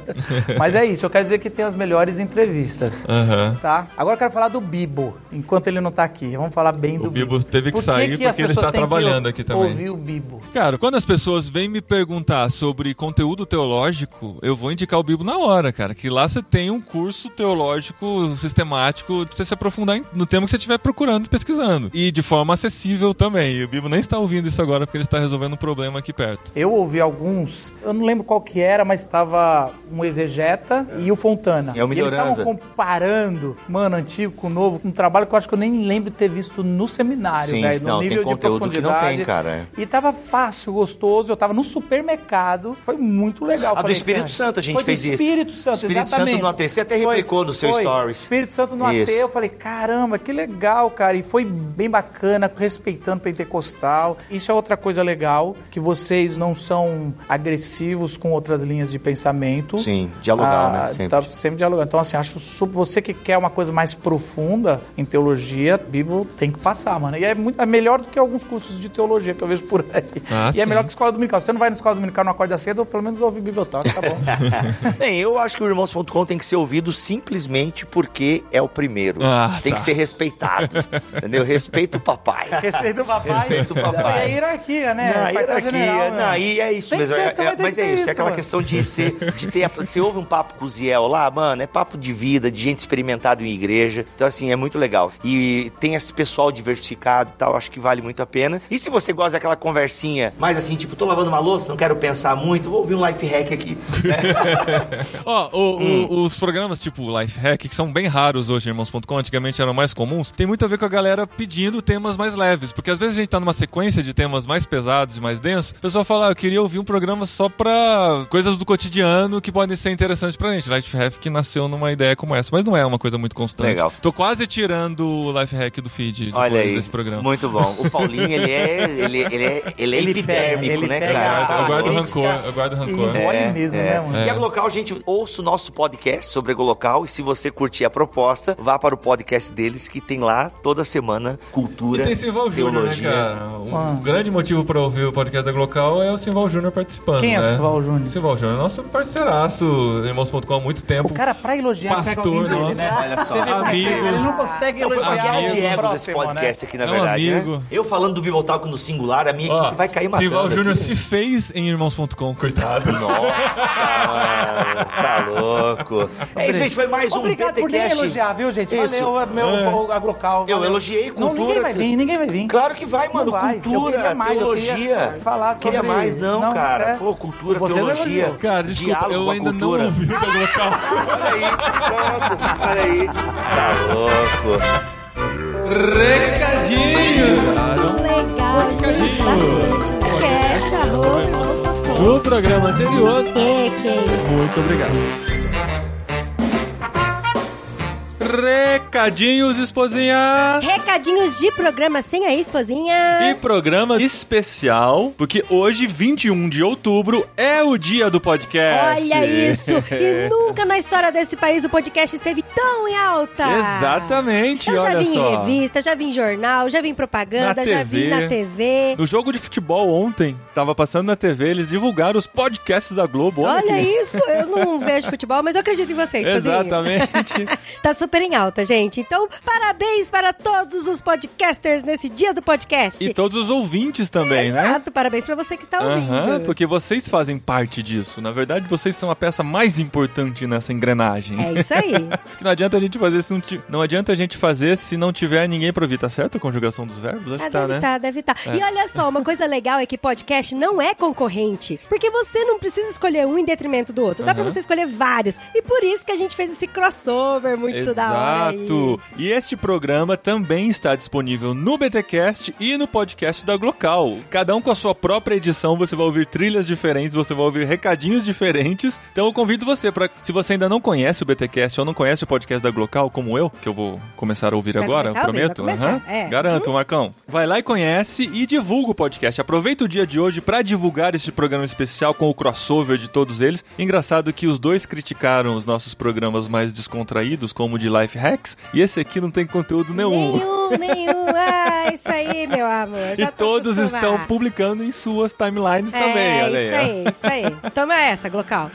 Mas é isso, eu quero dizer que tem as melhores entrevistas.
Aham.
Tá? Agora eu quero falar do Bibo, enquanto ele não tá aqui. Vamos falar bem do
Bibo teve que sair
as
porque ele
pessoas
está
têm que
trabalhando aqui também.
Ouvir o Bibo.
Cara, quando as pessoas vêm me perguntar sobre conteúdo teológico, eu vou indicar o Bibo na hora, cara. Que lá você tem um curso teológico sistemático pra você se aprofundar em- no tema que você estiver procurando, pesquisando. E de forma acessível também. E o Bibo nem está ouvindo isso agora porque ele está resolvendo um problema aqui perto.
Eu ouvi alguns, eu não lembro qual que era, mas estava um exegeta e o Fontana.
É o
e eles estavam
Melhoranza.
comparando, mano, antigo com novo, com um trabalho que eu acho que eu nem lembro ter visto no seminário,
Sim,
velho, no
não, tem
nível de
conteúdo que não
profundidade.
tem, cara. é.
E tava fácil, gostoso, eu tava no supermercado, foi muito legal.
A Ah, do
Falei,
Espírito
cara,
Santo a gente
foi
fez
do
isso.
Espírito Santo,
Espírito Santo
exatamente.
no AT, você até replicou no seu
foi.
stories.
Espírito Santo no AT,
Isso.
eu falei, caramba, que legal, cara. E foi bem bacana, respeitando pentecostal. Isso é outra coisa legal, que vocês não são agressivos com outras linhas de pensamento.
Sim, dialogar, né, sempre.
Tá sempre dialogando. Então, assim, acho super... Você que quer uma coisa mais profunda em teologia, Bíblia tem que passar, mano. E é, muito, é melhor do que alguns cursos de teologia que eu vejo por aí.
Ah,
e é
sim.
melhor que escola dominical. Se você não vai na escola dominical, não acorda cedo, pelo menos ouve biblioteca, tá bom.
Bem, eu acho que o Irmãos.com tem que ser ouvido simplesmente porque é o primeiro.
Ah,
tem
tá.
que ser respeitado. entendeu? Respeita o papai.
Respeito o papai.
Respeita o papai.
É hierarquia,
Na
né? Pai tá
hierarquia,
general, né?
não, e é isso
Tem que
mesmo.
ter,
é-
também
é-
tem
mas
que
é
ter
isso, é aquela
mano.
questão de ser. De ter, a- você ouve um papo com o Ziel lá, mano, é papo de vida, de gente experimentada em igreja. Então, assim, é muito legal. E tem esse pessoal diversificado e tal, acho que vale muito a pena. E se você gosta daquela conversinha, mais assim, tipo, tô lavando uma louça, não quero pensar muito, vou ouvir um life hack aqui.
Ó, o- o-
Hum.
os programas tipo Lifehack, que são bem raros hoje, irmãos.com, antigamente eram mais comuns, tem muito a ver com a galera pedindo temas mais leves. Porque às vezes a gente tá numa sequência de temas mais pesados e mais densos, o pessoal fala, ah, eu queria ouvir um programa só pra coisas do cotidiano que podem ser interessantes pra gente. Lifehack que nasceu numa ideia como essa, mas não é uma coisa muito constante.
Legal.
Tô quase tirando o Lifehack do feed depois
Olha aí,
desse programa.
muito bom. O Paulinho, ele é, ele, ele é, ele é
Ele
epidérmico,
pega, ele
né,
pega
cara?
a-
Tá
eu guardo
Ah,
rancor,
crítica.
eu guardo rancor.
É.
E engole mesmo, né, mano?
E a Glocal, gente, ouça o nosso podcast sobre a Glocal. E se você curtir a proposta, vá para o podcast deles, que tem lá toda semana cultura,
E tem Simval Júnior, né,
teologia.
cara? Um grande motivo pra ouvir o podcast da Glocal é o Simval Júnior participando.
Quem é o
né?
Simval Júnior?
Simval Júnior é nosso parceiraço, irmãos.com há muito tempo.
O cara, pra elogiar, pega
Pastor,
alguém dele,
nossa.
né?
Olha só.
Você vê como é que
Amigo.
Ele não consegue
Foi
elogiar
uma guerra de egos
o
é esse
próximo, né?
podcast aqui, na
É um
verdade,
amigo.
né? Eu falando do Bibotalco no singular, a minha
Ó,
equipe vai cair matando.
Simval
aqui.
Júnior se fez em irmãos.com, coitado.
Nossa, mano, tá louco. É isso, gente, foi mais
Né?
um
Obrigado por nem
PTCast.
elogiar, viu, gente?
Isso.
Valeu, é meu,
É.
o Agrocal.
Eu
valeu.
elogiei
Não,
cultura.
ninguém vai vir, ninguém vai vir.
Claro que vai,
Não
mano.
vai. Eu
Cultura,
queria mais, eu queria
teologia.
falar sobre-
Queria mais, não,
Não,
cara.
é.
Pô, cultura,
Você não é
teologia.
elogiou.
Cara, desculpa,
diálogo
eu
com a
ainda não
cultura.
ouvi o da Glocal.
Olha aí, pronto. Olha aí. Tá louco.
Tá
No programa
é
anterior,
É, quem?
muito obrigado.
Recadinhos, esposinha!
Recadinhos de programa sem a
E
esposinha.
programa especial, porque hoje, 21 de outubro, é o dia do podcast.
Olha isso! E nunca na história desse país o podcast esteve tão em alta.
Exatamente,
Eu já
olha
vi em
só.
revista, já vi em jornal, já vi em propaganda,
Na
já vi
TV.
na TV.
No jogo de futebol ontem, tava passando na TV, eles divulgaram os podcasts da Globo.
Olha
que-
isso, eu não vejo futebol, mas eu acredito em vocês, Esposinha.
Exatamente.
Tá super em alta, gente. Então, parabéns para todos os podcasters nesse dia do podcast.
e todos os ouvintes também, né?
Exato, parabéns para você que está ouvindo.
Aham, porque vocês fazem parte disso. Na verdade, vocês são a peça mais importante nessa engrenagem.
É isso aí.
Não adianta a gente fazer se não, ti- não adianta a gente fazer se não tiver ninguém pra ouvir, tá certo? A conjugação dos verbos? Acho
Ah,
que tá,
deve
né?
tá, deve tá. E olha só, uma coisa legal é que podcast não é concorrente. Porque você não precisa escolher um em detrimento do outro. Dá pra você escolher vários. E por isso que a gente fez esse crossover muito da hora. aí.
Exato. E este programa também está disponível no BTcast e no podcast da Glocal. Cada um com a sua própria edição, você vai ouvir trilhas diferentes, você vai ouvir recadinhos diferentes. Então eu convido você para, se você ainda não conhece o BTcast ou não conhece o podcast da Glocal como eu, que eu vou começar a ouvir
Vai
agora,
começar a ouvir, vai
prometo.
começar,
Aham.
é.
Garanto, Marcão. Vai lá e conhece e divulga o podcast. Aproveita o dia de hoje para divulgar este programa especial com o crossover de todos eles. Engraçado que os dois criticaram os nossos programas mais descontraídos, como o de Life Hacks, e esse aqui não tem conteúdo nenhum.
Nenhum, nenhum. Ah, isso aí, meu amor. Já
e
tô
todos
acostumada.
estão publicando em suas timelines também,
É,
olha
isso
ó.
aí, isso aí. Toma essa, Glocal.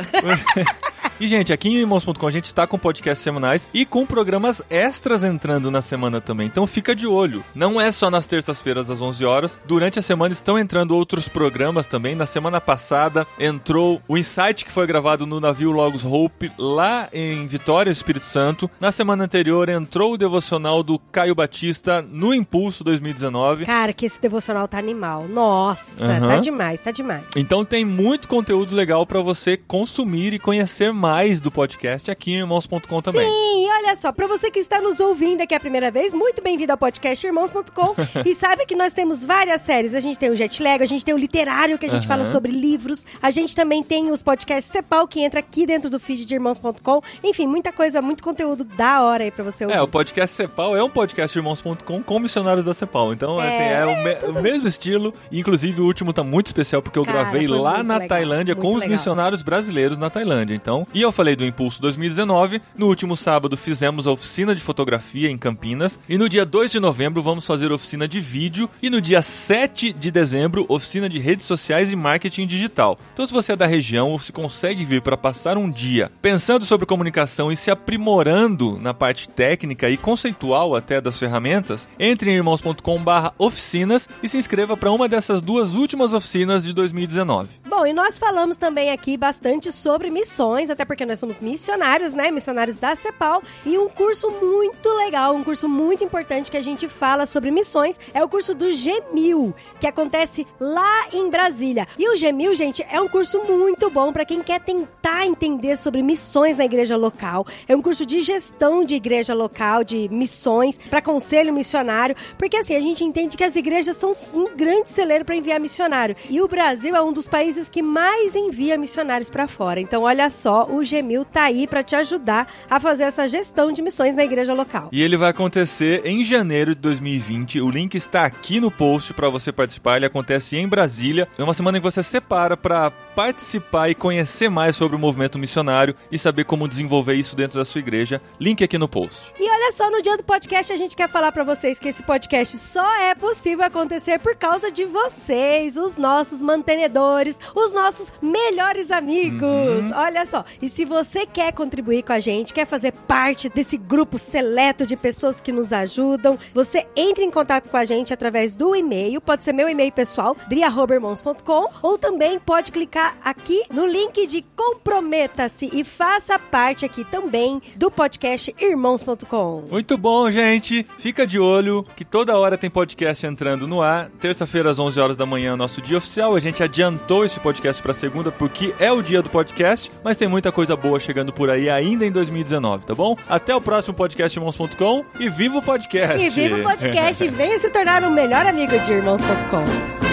E, gente, aqui em irmãos.com a gente está com podcasts semanais e com programas extras entrando na semana também. Então fica de olho. Não é só nas terças-feiras às 11 horas. Durante a semana estão entrando outros programas também. Na semana passada entrou o Insight, que foi gravado no navio Logos Hope, lá em Vitória, Espírito Santo. Na semana anterior entrou o devocional do Caio Batista no Impulso 2019.
Cara, que esse devocional tá animal. Nossa,
Aham.
tá demais, tá demais.
Então tem muito conteúdo legal para você consumir e conhecer mais do podcast aqui em irmãos.com também.
Sim, e olha só, pra você que está nos ouvindo aqui a primeira vez, muito bem-vindo ao podcast irmãos.com. e sabe que nós temos várias séries. A gente tem o Jet Lag, a gente tem o Literário, que a gente fala sobre livros. A gente também tem os podcasts Cepal, que entra aqui dentro do feed de irmãos.com. Enfim, muita coisa, muito conteúdo da hora aí pra você ouvir.
É, o podcast Cepal é um podcast de irmãos.com com missionários da Cepal. Então,
É,
assim, é o, me- o mesmo estilo. Inclusive, o último tá muito especial porque eu
Cara,
gravei
foi
lá
muito
na
legal,
Tailândia
muito
com os
legal.
missionários brasileiros na Tailândia. Então, e eu falei do Impulso 2019. No último sábado, fizemos a oficina de fotografia em Campinas. E no dia 2 de novembro, vamos fazer oficina de vídeo. E no dia 7 de dezembro, oficina de redes sociais e marketing digital. Então, se você é da região ou se consegue vir para passar um dia pensando sobre comunicação e se aprimorando na parte técnica e conceitual até das ferramentas, entre em irmãos.com/barra oficinas e se inscreva para uma dessas duas últimas oficinas de 2019.
Bom, e nós falamos também aqui bastante sobre missões, até porque nós somos missionários, né? Missionários da CEPAL. E um curso muito legal, um curso muito importante que a gente fala sobre missões é o curso do GEMIL, que acontece lá em Brasília. E o GEMIL, gente, é um curso muito bom para quem quer tentar entender sobre missões na igreja local. É um curso de gestão de igreja local, de missões, para conselho missionário, porque assim, a gente entende que as igrejas são sim, um grande celeiro para enviar missionário. E o Brasil é um dos países que mais envia missionários para fora. Então, olha só, o Gemil tá aí para te ajudar a fazer essa gestão de missões na igreja local.
E ele vai acontecer em janeiro de 2020. O link está aqui no post para você participar. Ele acontece em Brasília. É uma semana que você separa para participar e conhecer mais sobre o movimento missionário e saber como desenvolver isso dentro da sua igreja. Link aqui no post.
E olha só, no dia do podcast a gente quer falar pra vocês que esse podcast só é possível acontecer por causa de vocês, os nossos mantenedores, os nossos melhores amigos. Olha só, e se você quer contribuir com a gente, quer fazer parte desse grupo seleto de pessoas que nos ajudam, você entra em contato com a gente através do e-mail, pode ser meu e-mail pessoal, driarrobermons.com, ou também pode clicar aqui no link de comprometa-se e faça parte aqui também do podcast irmãos.com.
Muito bom, gente. Fica de olho que toda hora tem podcast entrando no ar. Terça-feira às 11 horas da manhã é o nosso dia oficial. A gente adiantou esse podcast para segunda porque é o dia do podcast, mas tem muita coisa boa chegando por aí ainda em 2019, tá bom? Até o próximo podcast irmãos.com e viva o podcast.
E viva o podcast e venha se tornar o melhor amigo de irmãos.com.